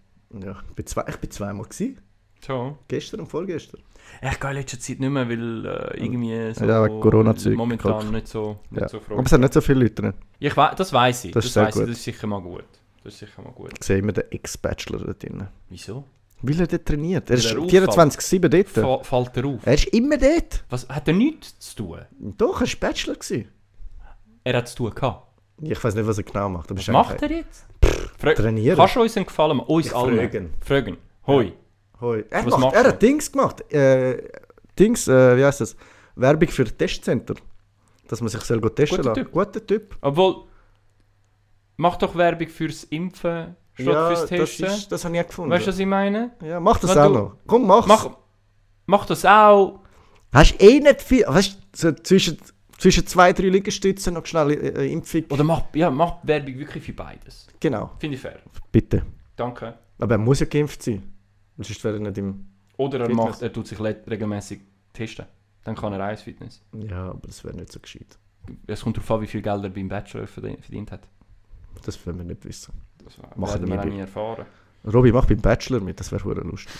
Speaker 1: Ja, ich bin, zwei, ich bin zweimal gewesen.
Speaker 2: So.
Speaker 1: Gestern und vorgestern.
Speaker 2: Ich gehe in letzter Zeit nicht mehr, weil äh, irgendwie so.
Speaker 1: Ja, wegen Corona-Zeug.
Speaker 2: Momentan
Speaker 1: Kopf.
Speaker 2: nicht so, nicht
Speaker 1: Ja.
Speaker 2: so
Speaker 1: Aber
Speaker 2: froh.
Speaker 1: es hat nicht so viele Leute drin.
Speaker 2: Ich weiß, das weiß ich.
Speaker 1: Das
Speaker 2: Das,
Speaker 1: ist
Speaker 2: das
Speaker 1: sehr
Speaker 2: weiß ich.
Speaker 1: gut.
Speaker 2: Das ist sicher mal gut. Das ist sicher mal gut.
Speaker 1: Ich sehe immer den Ex-Bachelor dort drin.
Speaker 2: Wieso?
Speaker 1: Weil er dort trainiert. Er
Speaker 2: Weil
Speaker 1: ist
Speaker 2: er auffällt.
Speaker 1: 24-7 dort.
Speaker 2: Fa fällt er auf?
Speaker 1: Er ist immer dort.
Speaker 2: Was hat er nichts zu tun?
Speaker 1: Doch, er war Bachelor. Gewesen.
Speaker 2: Er hat zu tun gehabt.
Speaker 1: Ich weiß nicht, was er genau macht. Aber
Speaker 2: Was macht er jetzt? Fra
Speaker 1: Trainieren.
Speaker 2: Kannst du uns einen Gefallen machen? Uns
Speaker 1: Ich
Speaker 2: allen.
Speaker 1: fragen.
Speaker 2: Fragen. Hoi.
Speaker 1: Hoi. Er,
Speaker 2: Was
Speaker 1: macht,
Speaker 2: macht
Speaker 1: er
Speaker 2: er?
Speaker 1: hat Dings gemacht. Äh, Dings, äh, wie heißt das? Werbung für Testcenter. Dass man sich soll go testen
Speaker 2: Guter
Speaker 1: lassen.
Speaker 2: Typ.
Speaker 1: Guter Typ.
Speaker 2: Obwohl, mach doch Werbung fürs Impfen statt fürs Testen.
Speaker 1: Das, ist, das habe ich auch gefunden.
Speaker 2: weißt du, was ich meine?
Speaker 1: ja, mach das
Speaker 2: Wenn
Speaker 1: auch
Speaker 2: du-
Speaker 1: noch. Komm, mach's.
Speaker 2: Mach, mach das auch.
Speaker 1: Hast eh nicht viel. Weißt du, so zwischen, zwischen zwei, drei Liegestützen noch schnell äh, Impfung.
Speaker 2: Oder mach, ja, mach Werbung wirklich für beides.
Speaker 1: Genau.
Speaker 2: Finde ich fair.
Speaker 1: Bitte.
Speaker 2: Danke.
Speaker 1: Aber er muss ja geimpft sein. Weil Sonst wäre er nicht im.
Speaker 2: Oder er,
Speaker 1: Fitness.
Speaker 2: macht, er tut sich le- regelmäßig testen. Dann kann er auch ins Fitness.
Speaker 1: Ja, aber das wäre nicht so gescheit.
Speaker 2: Es kommt darauf an, wie viel Geld er beim Bachelor verdient, verdient hat.
Speaker 1: Das werden wir nicht wissen.
Speaker 2: Das
Speaker 1: Machen
Speaker 2: werden wir
Speaker 1: wir
Speaker 2: auch
Speaker 1: nicht.
Speaker 2: nie erfahren.
Speaker 1: Robi, mach beim Bachelor mit, das wäre hure lustig.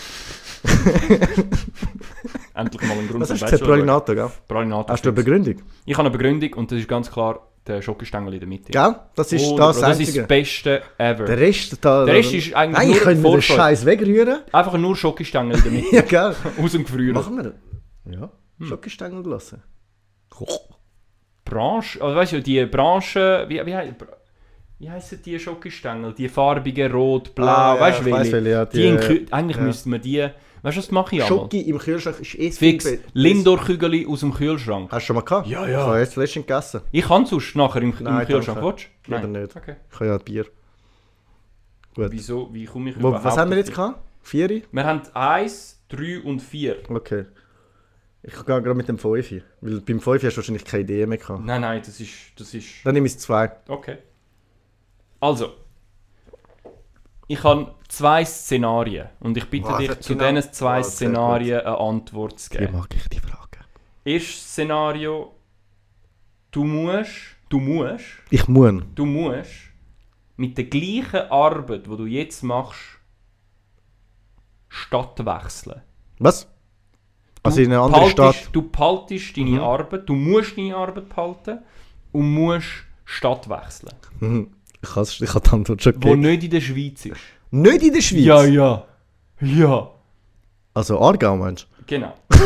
Speaker 2: Endlich
Speaker 1: <laughs>
Speaker 2: mal einen Grund
Speaker 1: Was
Speaker 2: zum
Speaker 1: hast du gesagt?
Speaker 2: Bachelor.
Speaker 1: Prolinato, gell?
Speaker 2: Pralinato
Speaker 1: Hast du eine
Speaker 2: Chips.
Speaker 1: Begründung?
Speaker 2: Ich habe eine Begründung und das ist ganz klar der Schokostängel in der Mitte.
Speaker 1: Gell? Das ist das
Speaker 2: Oh, Bro, das ist
Speaker 1: Einzige.
Speaker 2: das Beste ever.
Speaker 1: der Rest da.
Speaker 2: Der Rest ist eigentlich
Speaker 1: Eigentlich
Speaker 2: nur
Speaker 1: können wir den
Speaker 2: Vorfreude.
Speaker 1: Scheiß
Speaker 2: <laughs>
Speaker 1: wegrühren.
Speaker 2: Einfach nur Schokostängel in der Mitte.
Speaker 1: <laughs>
Speaker 2: <laughs>
Speaker 1: Ja, gell?
Speaker 2: Aus dem Gefrieren.
Speaker 1: Machen wir. Ja.
Speaker 2: Hm.
Speaker 1: Schokostängel gelassen.
Speaker 2: Branche, also weißt du, die Branche, wie, wie, hei- wie heissen die Schokostängel? Die farbigen, rot, blau,
Speaker 1: Ah, ja,
Speaker 2: weißt du,
Speaker 1: ich weiss
Speaker 2: welche?
Speaker 1: welche, ja,
Speaker 2: die,
Speaker 1: die- äh,
Speaker 2: in Kü- eigentlich
Speaker 1: ja.
Speaker 2: müssten wir die, weißt du, was mache ich einmal?
Speaker 1: Schoki im Kühlschrank ist eh viel
Speaker 2: Fix,
Speaker 1: be-
Speaker 2: Lindor-Kügeli aus dem Kühlschrank.
Speaker 1: Hast du schon mal gehabt?
Speaker 2: Ja, ja.
Speaker 1: Ich habe jetzt letztens gegessen.
Speaker 2: Ich kann sonst nachher im,
Speaker 1: Nein,
Speaker 2: im Kühlschrank,
Speaker 1: danke.
Speaker 2: willst du?
Speaker 1: Lieber nicht.
Speaker 2: Okay.
Speaker 1: Ich habe ja Bier. Gut.
Speaker 2: Wieso, wie komme ich
Speaker 1: Wo,
Speaker 2: überhaupt
Speaker 1: was haben wir jetzt
Speaker 2: dazu?
Speaker 1: gehabt? Vieri?
Speaker 2: Wir haben 1, 3 und 4.
Speaker 1: Okay. Ich gehe gerade mit dem 5. Weil beim 5 hast du wahrscheinlich keine Idee mehr gehabt.
Speaker 2: Nein, nein, das ist, das ist
Speaker 1: Dann nehme ich das 2.
Speaker 2: Okay. Also, ich habe zwei Szenarien und ich bitte
Speaker 1: Wow,
Speaker 2: dich,
Speaker 1: das
Speaker 2: zu
Speaker 1: genau-
Speaker 2: diesen zwei
Speaker 1: Wow, sehr gut.
Speaker 2: Szenarien eine Antwort zu geben.
Speaker 1: mag ich die Frage.
Speaker 2: Erstes Szenario, du musst, du musst,
Speaker 1: Ich muss.
Speaker 2: du musst mit der gleichen Arbeit, die du jetzt machst, Stadt wechseln.
Speaker 1: Was? Also in einer anderen
Speaker 2: Behaltest-
Speaker 1: Stadt. Mhm.
Speaker 2: Du behaltest deine Arbeit, du musst deine Arbeit behalten und musst Stadt wechseln,
Speaker 1: Mhm. <laughs> Ich habe ich habe die Antwort schon
Speaker 2: wo
Speaker 1: gegeben.
Speaker 2: nicht in der Schweiz ist.
Speaker 1: Nicht in der Schweiz?
Speaker 2: Ja, ja. Ja.
Speaker 1: Also Aargau meinst
Speaker 2: Genau. <laughs>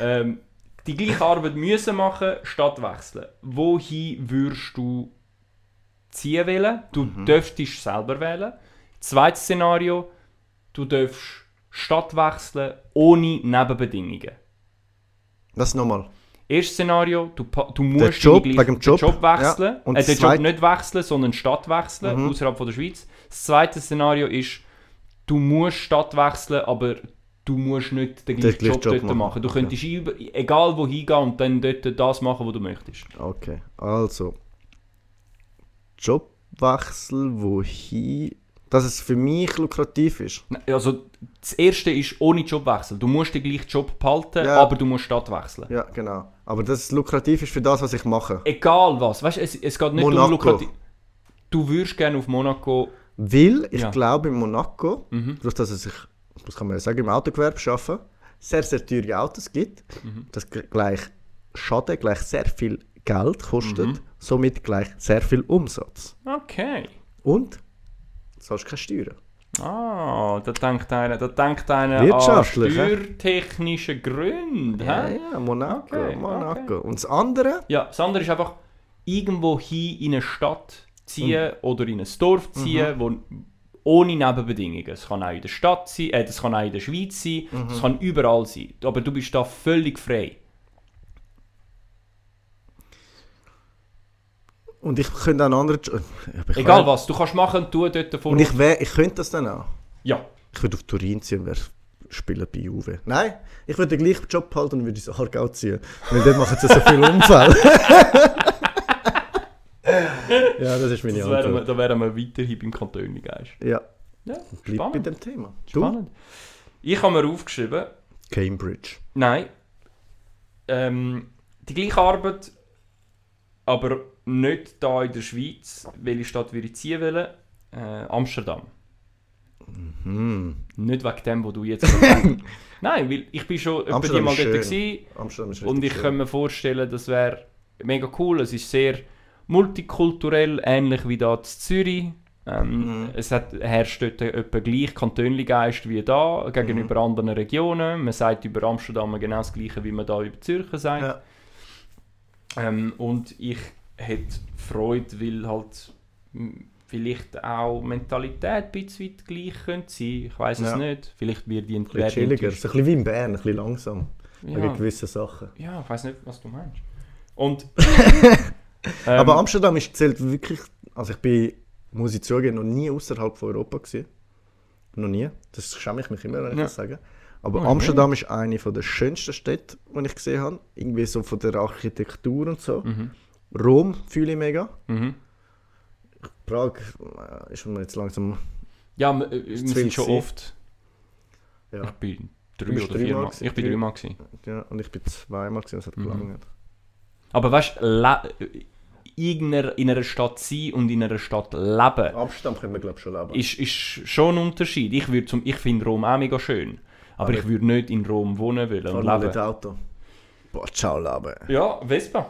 Speaker 2: ähm, die gleiche Arbeit müssen machen, statt wechseln. Wohin würdest du ziehen wählen? Du dürftest selber wählen. Zweites Szenario, du dürfst Stadt wechseln ohne Nebenbedingungen.
Speaker 1: Das nochmal.
Speaker 2: Erstes Szenario, du, pa- du musst deine
Speaker 1: Job,
Speaker 2: gleich-
Speaker 1: wegen dem
Speaker 2: den
Speaker 1: Job.
Speaker 2: Job wechseln.
Speaker 1: Ja. Und
Speaker 2: äh,
Speaker 1: das Mhm.
Speaker 2: den Job
Speaker 1: zweite-
Speaker 2: nicht wechseln, sondern Stadt wechseln, außerhalb von der Schweiz. Das zweite Szenario ist, du musst Stadt wechseln, aber du musst nicht den gleichen
Speaker 1: gleichen
Speaker 2: Job,
Speaker 1: Job
Speaker 2: dort machen.
Speaker 1: machen.
Speaker 2: Du könntest über, egal wo hingehen und dann dort das machen, was du möchtest.
Speaker 1: Okay, also. Jobwechsel, wohin. Dass es für mich lukrativ ist.
Speaker 2: Nein, Also das erste ist ohne Jobwechsel. Du musst den gleichen Job behalten,
Speaker 1: Ja.
Speaker 2: aber du musst Stadt wechseln.
Speaker 1: Ja, genau. Aber dass es lukrativ ist für das, was ich mache.
Speaker 2: Egal was, weißt, du, es, es geht nicht um
Speaker 1: Monaco.
Speaker 2: lukrativ. Du würdest gerne auf Monaco
Speaker 1: Weil ich
Speaker 2: Ja. Mhm.
Speaker 1: glaube, in Monaco, durch das es sich, das kann man ja sagen, im Autogewerbe arbeiten, sehr, sehr teure Autos gibt,
Speaker 2: Mhm.
Speaker 1: das g- gleich Schaden, gleich sehr viel Geld kostet,
Speaker 2: Mhm.
Speaker 1: somit gleich sehr viel Umsatz.
Speaker 2: Okay.
Speaker 1: Und du zahlst keine Steuern.
Speaker 2: Ah, da denkt einer, da denkt einer an
Speaker 1: Wirtschaftlich, hä?
Speaker 2: steuertechnische Gründe.
Speaker 1: Ja,
Speaker 2: hä?
Speaker 1: ja, Monaco,
Speaker 2: Okay,
Speaker 1: Monaco. Und das andere,
Speaker 2: Ja, das andere ist einfach irgendwo hin in eine Stadt ziehen
Speaker 1: Mhm.
Speaker 2: oder in ein Dorf ziehen, wo, ohne Nebenbedingungen. Es kann auch in der Stadt sein, äh, das kann auch in der Schweiz sein,
Speaker 1: Mhm.
Speaker 2: das kann überall sein. Aber du bist da völlig frei.
Speaker 1: und ich könnte einen anderen... Jo- Ja, aber ich
Speaker 2: Egal
Speaker 1: wär-
Speaker 2: was, du kannst machen und tun dort vor
Speaker 1: Und ich, wär, ich könnte das dann auch.
Speaker 2: Ja,
Speaker 1: Ich würde auf Turin ziehen und wäre Spieler bei Juve. Nein, ich würde den gleichen Job behalten und würde ins Aargau ziehen. Weil dort machen sie so viele Unfälle. <laughs> ja, das ist meine
Speaker 2: das wären wir,
Speaker 1: Antwort.
Speaker 2: da wären wir weiterhin beim Kanton Geist.
Speaker 1: Ja,
Speaker 2: Ja,
Speaker 1: bleib bei
Speaker 2: spannend.
Speaker 1: dem Thema. Du?
Speaker 2: spannend. Ich habe mir aufgeschrieben,
Speaker 1: Cambridge.
Speaker 2: Nein. Ähm, die gleiche Arbeit, aber nicht da in der Schweiz. Welche Stadt würde ich ziehen wollen? Äh, Amsterdam.
Speaker 1: Hm,
Speaker 2: Nicht wegen dem, wo du jetzt
Speaker 1: <laughs>
Speaker 2: denkst. Nein, weil ich bin schon etwa die
Speaker 1: Amsterdam
Speaker 2: mal
Speaker 1: ist
Speaker 2: dort
Speaker 1: schön.
Speaker 2: gewesen
Speaker 1: Amsterdam ist
Speaker 2: und ich
Speaker 1: richtig
Speaker 2: kann
Speaker 1: schön.
Speaker 2: mir vorstellen, das wäre mega cool. Es ist sehr multikulturell, ähnlich wie da in Zürich. Ähm,
Speaker 1: Mhm.
Speaker 2: Es hat, herrscht dort etwa gleich Kantönligeist wie da gegenüber
Speaker 1: Mhm.
Speaker 2: anderen Regionen. Man sagt über Amsterdam genau das Gleiche, wie man da über Zürich sagt.
Speaker 1: Ja.
Speaker 2: Ähm, und ich hätte Freude, weil halt m, vielleicht auch Mentalität ein bisschen weit gleich könnte sein. Ich weiß es
Speaker 1: Ja.
Speaker 2: nicht. Vielleicht wird die
Speaker 1: Ein bisschen chilliger.
Speaker 2: Entwicklung.
Speaker 1: So ein bisschen wie in Bern, ein bisschen langsam. Wegen gewissen Sachen.
Speaker 2: Ja, ich weiß nicht, was du meinst.
Speaker 1: <laughs>
Speaker 2: Und. ähm,
Speaker 1: Aber Amsterdam ist zählt wirklich. Also ich bin, muss ich zugeben, noch nie außerhalb von Europa gewesen. Noch nie. Das schäme ich mich immer, wenn ich
Speaker 2: Ja.
Speaker 1: das sage. Aber
Speaker 2: Oh,
Speaker 1: Amsterdam ist eine von der schönsten Städte, die ich gesehen habe. Irgendwie so von der Architektur und so. Rom fühle ich mega.
Speaker 2: mhm.
Speaker 1: Prag äh, ist mir jetzt langsam.
Speaker 2: Ja, m- äh, wir
Speaker 1: zu viel
Speaker 2: sind schon
Speaker 1: gewesen?
Speaker 2: oft.
Speaker 1: Ja.
Speaker 2: Ich bin
Speaker 1: Du
Speaker 2: drei
Speaker 1: bist
Speaker 2: oder
Speaker 1: dreimal
Speaker 2: viermal.
Speaker 1: gewesen,
Speaker 2: Ich bin
Speaker 1: drei-
Speaker 2: dreimal gewesen.
Speaker 1: Ja, und ich bin zweimal gesehen, es
Speaker 2: Mhm.
Speaker 1: hat gelangt.
Speaker 2: Aber weißt du, le- äh, irgendeiner- in einer Stadt sein und in einer Stadt leben.
Speaker 1: Amsterdam können wir, glaube ich, schon leben.
Speaker 2: ist, ist schon ein Unterschied. Ich, würd zum, ich finde Rom auch mega schön. Aber ich würde nicht in Rom wohnen wollen und
Speaker 1: Fahr mal mit
Speaker 2: leben.
Speaker 1: dem Auto. Boah, ciao, Leben.
Speaker 2: Ja, Vespa.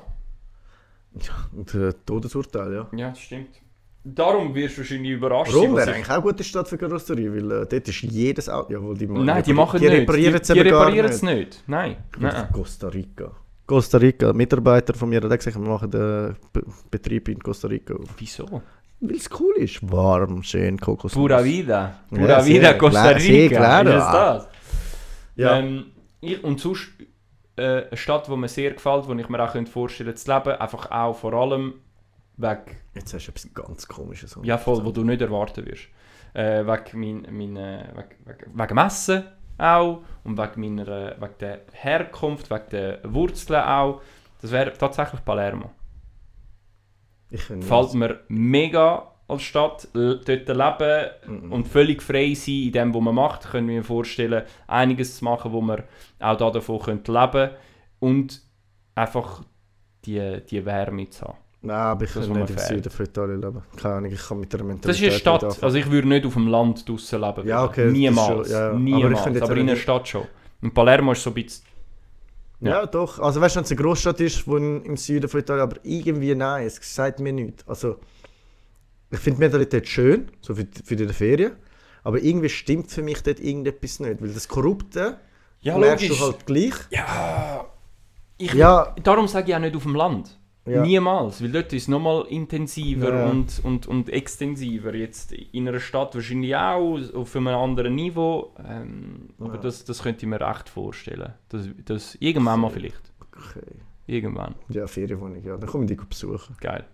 Speaker 1: Ja, und äh, Todesurteil, ja.
Speaker 2: Ja, das stimmt. Darum wirst du wahrscheinlich überrascht
Speaker 1: Rom
Speaker 2: was
Speaker 1: wäre
Speaker 2: ich-
Speaker 1: eigentlich auch eine gute Stadt für Karosserie, weil äh, dort ist jedes Auto. Jawohl, die machen-
Speaker 2: Nein, die machen
Speaker 1: die
Speaker 2: nicht.
Speaker 1: reparieren
Speaker 2: Die-
Speaker 1: es
Speaker 2: Die
Speaker 1: eben gar
Speaker 2: reparieren es
Speaker 1: nicht.
Speaker 2: nicht. Nein. Nein.
Speaker 1: Costa Rica. Costa Rica, Mitarbeiter von mir hat auch gesagt, wir machen den Be- Betrieb in Costa Rica auf.
Speaker 2: Wieso?
Speaker 1: Weil es cool ist. Warm, schön, Kokos.
Speaker 2: Pura Vida. Pura
Speaker 1: Ja, sehr
Speaker 2: Vida
Speaker 1: klar-
Speaker 2: Costa Rica.
Speaker 1: sehr claro. Ah,
Speaker 2: Ist es das?
Speaker 1: Ja.
Speaker 2: Ähm, ich, und sonst äh, eine Stadt, die mir sehr gefällt, wo ich mir auch könnte vorstellen zu leben, einfach auch vor allem wegen
Speaker 1: Jetzt hast du etwas ganz Komisches.
Speaker 2: Ja, voll, wo du nicht erwarten wirst. Äh, wegen, mein, mein, äh, wegen, wegen, wegen dem Essen auch und wegen, meiner, äh, wegen der Herkunft, wegen der Wurzeln auch. Das wäre tatsächlich Palermo.
Speaker 1: Ich kann nicht.
Speaker 2: Gefällt mir mega als Stadt, l- dort leben und völlig frei sein in dem, was man macht. Können wir mir vorstellen, einiges zu machen, wo man auch da davon könnte leben und einfach die, die Wärme zu haben.
Speaker 1: Nein, aber ich
Speaker 2: Das
Speaker 1: kann
Speaker 2: war
Speaker 1: nicht
Speaker 2: mir
Speaker 1: im
Speaker 2: fair.
Speaker 1: Süden von Italien leben. Keine Ahnung, ich kann mit der Mentalität
Speaker 2: Das ist eine
Speaker 1: nicht
Speaker 2: Stadt.
Speaker 1: anfangen.
Speaker 2: Also ich würde nicht auf dem Land draußen leben.
Speaker 1: Ja,
Speaker 2: wollen.
Speaker 1: okay, das ist
Speaker 2: Niemals.
Speaker 1: schon- ja, ja. Aber ich
Speaker 2: Niemals. Aber,
Speaker 1: finde jetzt auch
Speaker 2: in einer
Speaker 1: nicht-
Speaker 2: Stadt schon. Und Palermo ist so ein bisschen.
Speaker 1: Ja.
Speaker 2: Ja.
Speaker 1: doch. Also weißt du, wenn es eine Großstadt ist, wo in- im Süden von Italien, aber irgendwie nein, es sagt mir nichts. Also ich finde die Mentalität schön, so für, die- für die Ferien, aber irgendwie stimmt für mich dort irgendetwas nicht, weil das Korrupte
Speaker 2: Ja,
Speaker 1: merkst du
Speaker 2: logisch.
Speaker 1: halt gleich.
Speaker 2: Ja. Ich,
Speaker 1: Ja.
Speaker 2: Darum sage ich auch nicht auf dem Land.
Speaker 1: Ja.
Speaker 2: Niemals, weil dort ist es nochmal intensiver
Speaker 1: Ja.
Speaker 2: Und, und, und extensiver. Jetzt in einer Stadt wahrscheinlich auch, auf einem anderen Niveau. Ähm, aber
Speaker 1: Ja.
Speaker 2: das, das könnte ich mir echt vorstellen. Das, das, irgendwann mal vielleicht.
Speaker 1: Okay.
Speaker 2: Irgendwann.
Speaker 1: Ja, Ferienwohnung, ja. Dann komme ich dich besuchen.
Speaker 2: Geil.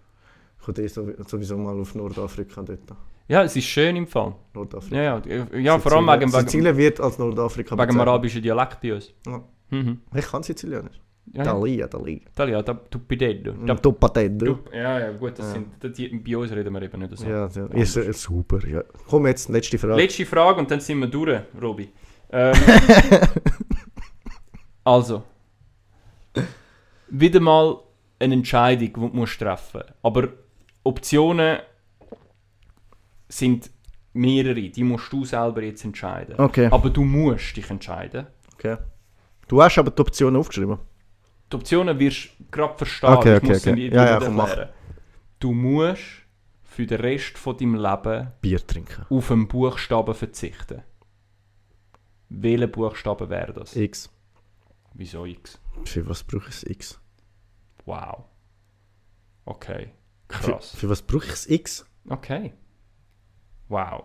Speaker 1: Ich komme sowieso mal auf Nordafrika dort.
Speaker 2: Ja, es ist schön im Fall.
Speaker 1: Nordafrika.
Speaker 2: Ja, ja, äh, ja vor allem wegen, wegen,
Speaker 1: Sizilien wird als Nordafrika
Speaker 2: wegen dem
Speaker 1: bezeichnet.
Speaker 2: arabischen Dialekt bei uns.
Speaker 1: Ja.
Speaker 2: Mhm.
Speaker 1: Ich kann Sizilianisch.
Speaker 2: Ja, ja.
Speaker 1: Dalia, Dalia.
Speaker 2: Italia, da, tu pidello. Da,
Speaker 1: Ja. Topatendo.
Speaker 2: du, ja, ja, gut,
Speaker 1: Mhm.
Speaker 2: das
Speaker 1: Ja.
Speaker 2: sind, das, die, bei uns reden wir eben nicht so.
Speaker 1: Ja, ja. Ist, äh, super. Ja. Komm jetzt, letzte Frage.
Speaker 2: Letzte Frage und dann sind wir durch, Robi.
Speaker 1: <laughs>
Speaker 2: Ähm, also. Wieder mal eine Entscheidung, die du musst treffen musst. Aber Optionen sind mehrere, die musst du selber jetzt entscheiden.
Speaker 1: Okay.
Speaker 2: Aber du musst dich entscheiden.
Speaker 1: okay. Du hast aber die Option aufgeschrieben.
Speaker 2: Die Optionen wirst du gerade verstehen.
Speaker 1: Okay,
Speaker 2: ich
Speaker 1: okay,
Speaker 2: muss sie
Speaker 1: okay.
Speaker 2: dir
Speaker 1: Ja, ja,
Speaker 2: nicht
Speaker 1: komm, mach.
Speaker 2: erklären. Du musst für den Rest von deinem Leben
Speaker 1: Bier trinken.
Speaker 2: auf einen Buchstaben verzichten. Welcher Buchstabe wäre das?
Speaker 1: X.
Speaker 2: Wieso X?
Speaker 1: Für was brauche ich das X?
Speaker 2: Wow. Okay.
Speaker 1: Für,
Speaker 2: Krass.
Speaker 1: für was brauche ich das X?
Speaker 2: Okay. Wow.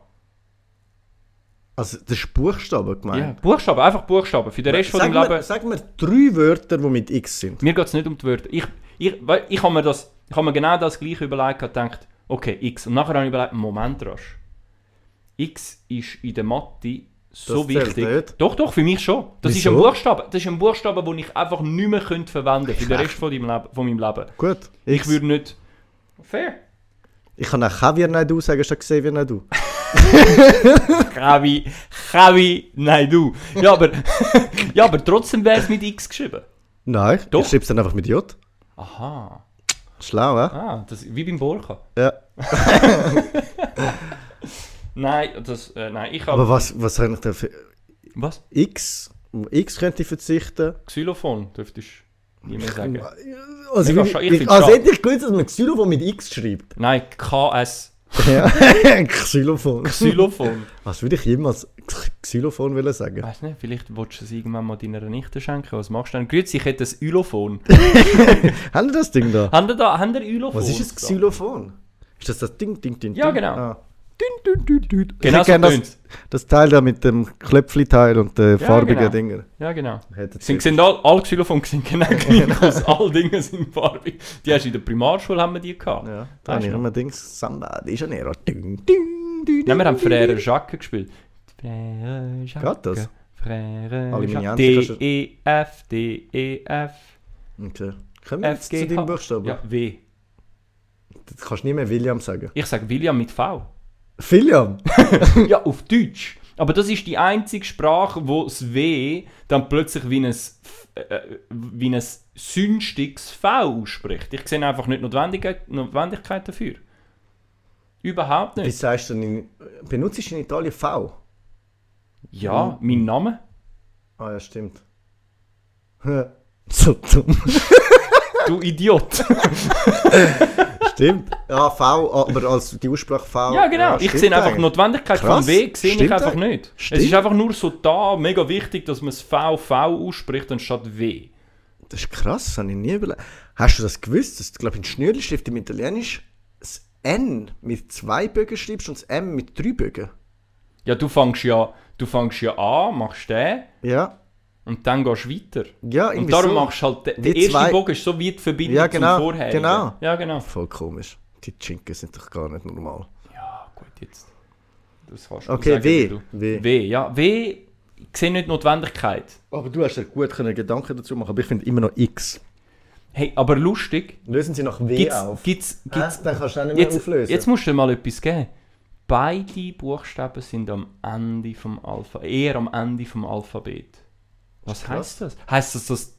Speaker 1: Also, das ist Buchstabe gemeint.
Speaker 2: Ja, Buchstaben, einfach Buchstaben. Für den Rest von
Speaker 1: sag,
Speaker 2: deinem
Speaker 1: mir,
Speaker 2: Leben.
Speaker 1: sag mir drei Wörter, die mit X sind.
Speaker 2: Mir geht es nicht um die Wörter. Ich, ich, wei- ich habe mir, das- ich habe mir genau das gleiche überlegt und gedacht, okay, X. Und nachher habe ich überlegt, Moment rasch. X ist in der Mathe so
Speaker 1: zählt
Speaker 2: wichtig.
Speaker 1: nicht.
Speaker 2: Doch, doch, für mich schon. Das
Speaker 1: Wieso?
Speaker 2: ist ein Buchstabe. Das ist ein Buchstabe, den ich einfach nicht mehr könnte verwenden könnte für den Rest von, deinem Leb- von meinem Leben.
Speaker 1: Gut.
Speaker 2: Ich würde nicht. Fair.
Speaker 1: ich kann auch Javier Naidu sagen, statt Xavier
Speaker 2: <laughs>
Speaker 1: Naidu.
Speaker 2: Chavi, Chavi, nein du. Ja, aber, <laughs> ja, aber trotzdem wäre es mit X geschrieben.
Speaker 1: Nein,
Speaker 2: Doch.
Speaker 1: ich schreibe es dann einfach mit J.
Speaker 2: Aha.
Speaker 1: Schlau, hä?
Speaker 2: Ah, das, wie beim Borka.
Speaker 1: Ja.
Speaker 2: Nein, das, äh, nein, ich habe.
Speaker 1: Aber was, was habe ich da für
Speaker 2: Was?
Speaker 1: X? Auf X könnte ich verzichten.
Speaker 2: Xylophon dürftest du nie mehr sagen.
Speaker 1: Also,
Speaker 2: Mega
Speaker 1: wie-
Speaker 2: schade, ich
Speaker 1: ich,
Speaker 2: find's
Speaker 1: also
Speaker 2: schade.
Speaker 1: hätte ich gewusst, dass man Xylophon mit X
Speaker 2: <laughs>
Speaker 1: schreibt. <laughs>
Speaker 2: Nein, KS.
Speaker 1: Ja. Xylophon. <laughs>
Speaker 2: Xylophon.
Speaker 1: Was würde ich jemals X- Xylophon wollen sagen?
Speaker 2: Weiß nicht, vielleicht willst du es irgendwann mal deiner Nichte schenken. Was machst du denn? Grüezi, ich hätte
Speaker 1: <laughs>
Speaker 2: ein Xylophon.
Speaker 1: Haben Sie das Ding da?
Speaker 2: haben ihr da haben ihr Xylophon?
Speaker 1: Was ist ein
Speaker 2: Xylophon?
Speaker 1: Xylophon? Ist das das Ding, Ding, Ding?
Speaker 2: Ja,
Speaker 1: Ding?
Speaker 2: genau.
Speaker 1: Ah.
Speaker 2: Genau
Speaker 1: ich
Speaker 2: so
Speaker 1: hätte gerne
Speaker 2: tönt's.
Speaker 1: das, das Teil da mit dem Klöpfli-Teil und den
Speaker 2: Ja,
Speaker 1: farbigen
Speaker 2: genau.
Speaker 1: Dinger.
Speaker 2: Ja, genau.
Speaker 1: Hättet
Speaker 2: Sind,
Speaker 1: ihr-
Speaker 2: sind all, alle Xylophone sind genau gleich aus. Alle Dinge sind farbig. Die hast du in der Primarschule haben wir die gehabt.
Speaker 1: Ja, da
Speaker 2: Weißt
Speaker 1: habe ich
Speaker 2: du?
Speaker 1: immer Dings. Samba de Janeiro. Ding, ding, ding,
Speaker 2: Nein, wir haben
Speaker 1: ding,
Speaker 2: Frère
Speaker 1: ding.
Speaker 2: Jacques gespielt. Frère Jacques.
Speaker 1: Geht das?
Speaker 2: Frère
Speaker 1: Alle meine
Speaker 2: Jacques. E
Speaker 1: Ernte kannst du-
Speaker 2: D-E-F, E D-E-F,
Speaker 1: Okay. Kommen wir jetzt zu deinem
Speaker 2: F-G-H.
Speaker 1: Buchstaben?
Speaker 2: Ja, W.
Speaker 1: Du kannst nie mehr William sagen.
Speaker 2: Ich sage William mit V.
Speaker 1: William? <laughs>
Speaker 2: ja, auf Deutsch. Aber das ist die einzige Sprache, wo das W dann plötzlich wie ein, F- äh, wie ein sünstiges V ausspricht. Ich sehe einfach nicht Notwendigkeit, Notwendigkeit dafür. Überhaupt
Speaker 1: Wie
Speaker 2: nicht.
Speaker 1: sagst du denn in, benutzt du in Italien V?
Speaker 2: Ja, mein Name.
Speaker 1: Ah ja, stimmt. <laughs> so dumm.
Speaker 2: Du
Speaker 1: <laughs>
Speaker 2: Idiot.
Speaker 1: stimmt. Ja, V, aber als die Aussprache V.
Speaker 2: ja, genau. ich
Speaker 1: stimmt
Speaker 2: sehe einfach
Speaker 1: eigentlich.
Speaker 2: Notwendigkeit
Speaker 1: Krass.
Speaker 2: vom W, sehe ich
Speaker 1: Stimmt
Speaker 2: einfach
Speaker 1: eigentlich.
Speaker 2: nicht. Es
Speaker 1: Stimmt.
Speaker 2: ist einfach nur so da mega wichtig, dass man das VV ausspricht anstatt W.
Speaker 1: Das ist krass, das habe ich nie überlegt. Hast du das gewusst, dass du, glaube ich, in Schnürlischrift im Italienisch das N mit zwei Bögen schreibst und das M mit drei Bögen?
Speaker 2: Ja, du fängst ja, du fängst ja an, machst den
Speaker 1: Ja.
Speaker 2: und dann gehst du weiter.
Speaker 1: Ja,
Speaker 2: Und
Speaker 1: irgendwie
Speaker 2: darum
Speaker 1: so.
Speaker 2: machst du halt, der
Speaker 1: Wie
Speaker 2: erste
Speaker 1: zwei-
Speaker 2: Bogen ist so weit verbunden
Speaker 1: Ja, genau,
Speaker 2: zum vorherigen.
Speaker 1: genau.
Speaker 2: Ja, genau.
Speaker 1: Voll komisch. Die Chinken sind doch gar nicht normal.
Speaker 2: Ja, gut, jetzt. Das kannst du
Speaker 1: Okay,
Speaker 2: sagen,
Speaker 1: W.
Speaker 2: Du.
Speaker 1: W.
Speaker 2: W, ja. W, ich sehe nicht die Notwendigkeit.
Speaker 1: Aber du hast ja gut können Gedanken dazu machen, aber ich finde immer noch X.
Speaker 2: Hey, aber lustig,
Speaker 1: Lösen sie nach W
Speaker 2: gibt's,
Speaker 1: auf.
Speaker 2: gibt's,
Speaker 1: Hä?
Speaker 2: gibt's,
Speaker 1: dann kannst du auch nicht mehr
Speaker 2: jetzt,
Speaker 1: auflösen.
Speaker 2: jetzt musst du dir mal etwas geben. Beide Buchstaben sind am Ende vom Alpha, eher am Ende vom Alphabet. Was heißt das? Heißt das, dass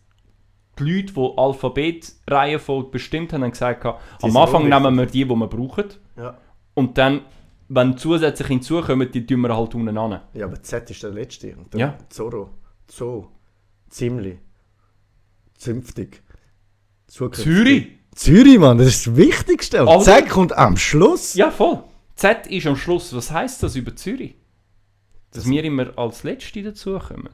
Speaker 2: die Leute, die Alphabetreihenfolge bestimmt haben, haben gesagt haben, am
Speaker 1: sind
Speaker 2: Anfang
Speaker 1: unwichtig.
Speaker 2: nehmen wir die, die wir brauchen?
Speaker 1: ja.
Speaker 2: Und dann, wenn zusätzlich hinzukommen, die tun wir halt unten an.
Speaker 1: ja, aber Z ist der letzte. Und dann
Speaker 2: Ja.
Speaker 1: Zorro, Zoo, Zimli, Zünftig, Zukünftig.
Speaker 2: Zürich?
Speaker 1: Zürich, Mann, das ist das Wichtigste. Und
Speaker 2: Aber-
Speaker 1: Z kommt am Schluss.
Speaker 2: Ja, voll. Z ist am Schluss. Was heißt das über Zürich? Dass wir immer als Letzte dazukommen.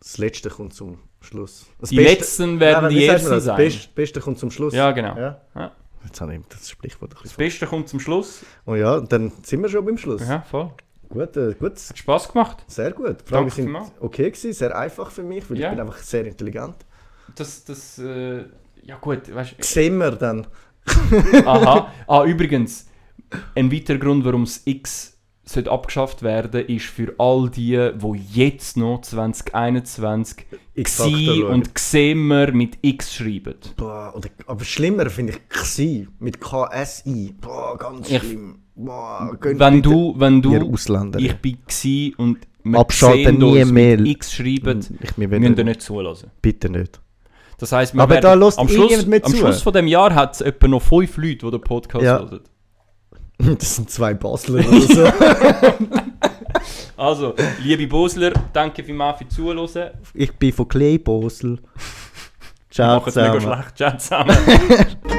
Speaker 1: Das letzte kommt zum Schluss. Das
Speaker 2: Die
Speaker 1: Beste-
Speaker 2: letzten werden
Speaker 1: Nein,
Speaker 2: die
Speaker 1: wie sagt
Speaker 2: ersten
Speaker 1: man das?
Speaker 2: sein.
Speaker 1: Best- Das Beste kommt zum Schluss.
Speaker 2: Ja, genau.
Speaker 1: Ja.
Speaker 2: Ja.
Speaker 1: Jetzt habe ich das Sprichwort ein
Speaker 2: Das
Speaker 1: bisschen.
Speaker 2: Beste kommt zum Schluss.
Speaker 1: Oh ja, und dann sind wir schon beim Schluss.
Speaker 2: Ja, voll.
Speaker 1: Gut, äh, gut,
Speaker 2: Hat Spass gemacht.
Speaker 1: sehr gut. Die Fragen
Speaker 2: Danke
Speaker 1: sind
Speaker 2: vielmals.
Speaker 1: okay gewesen, sehr einfach für mich, weil
Speaker 2: Ja.
Speaker 1: ich bin einfach sehr intelligent.
Speaker 2: Das, das, äh, ja gut, weißt du.
Speaker 1: Sehen wir dann.
Speaker 2: <laughs> Aha. Ah, übrigens, ein weiterer Grund, warum das X sollte abgeschafft werden, ist für all die, wo jetzt noch 2021
Speaker 1: X-Faktor
Speaker 2: «gsi»
Speaker 1: schauen.
Speaker 2: und «gsemer» mit X schreiben.
Speaker 1: Boah, oder, aber schlimmer finde ich «Xi» mit KSI. Boah, ganz
Speaker 2: Ich-
Speaker 1: schlimm. Boah, könnt
Speaker 2: Wenn du, wenn
Speaker 1: ihr
Speaker 2: du,
Speaker 1: Ausländer.
Speaker 2: ich bin «gsi» und wir
Speaker 1: Abschalten
Speaker 2: sehen
Speaker 1: nie Mhm.
Speaker 2: uns
Speaker 1: mehr.
Speaker 2: mit X schreiben,
Speaker 1: Hm, ich mir
Speaker 2: müssen ihr
Speaker 1: nicht.
Speaker 2: nicht zulassen.
Speaker 1: Bitte nicht. <laughs>
Speaker 2: Das heisst, wir
Speaker 1: Aber
Speaker 2: werden-
Speaker 1: da hört
Speaker 2: am,
Speaker 1: eh
Speaker 2: Schluss,
Speaker 1: niemand mehr
Speaker 2: am
Speaker 1: zu.
Speaker 2: Schluss von dem Jahr hat es etwa noch fünf Leute, die den Podcast
Speaker 1: Ja.
Speaker 2: hören.
Speaker 1: Das sind zwei Basler oder so.
Speaker 2: <laughs> Also, liebe Bosler, danke vielmals für Zuhören.
Speaker 1: ich bin von Kleibosel. Ciao
Speaker 2: Macht's mega
Speaker 1: zusammen.
Speaker 2: schlecht. Ciao zusammen.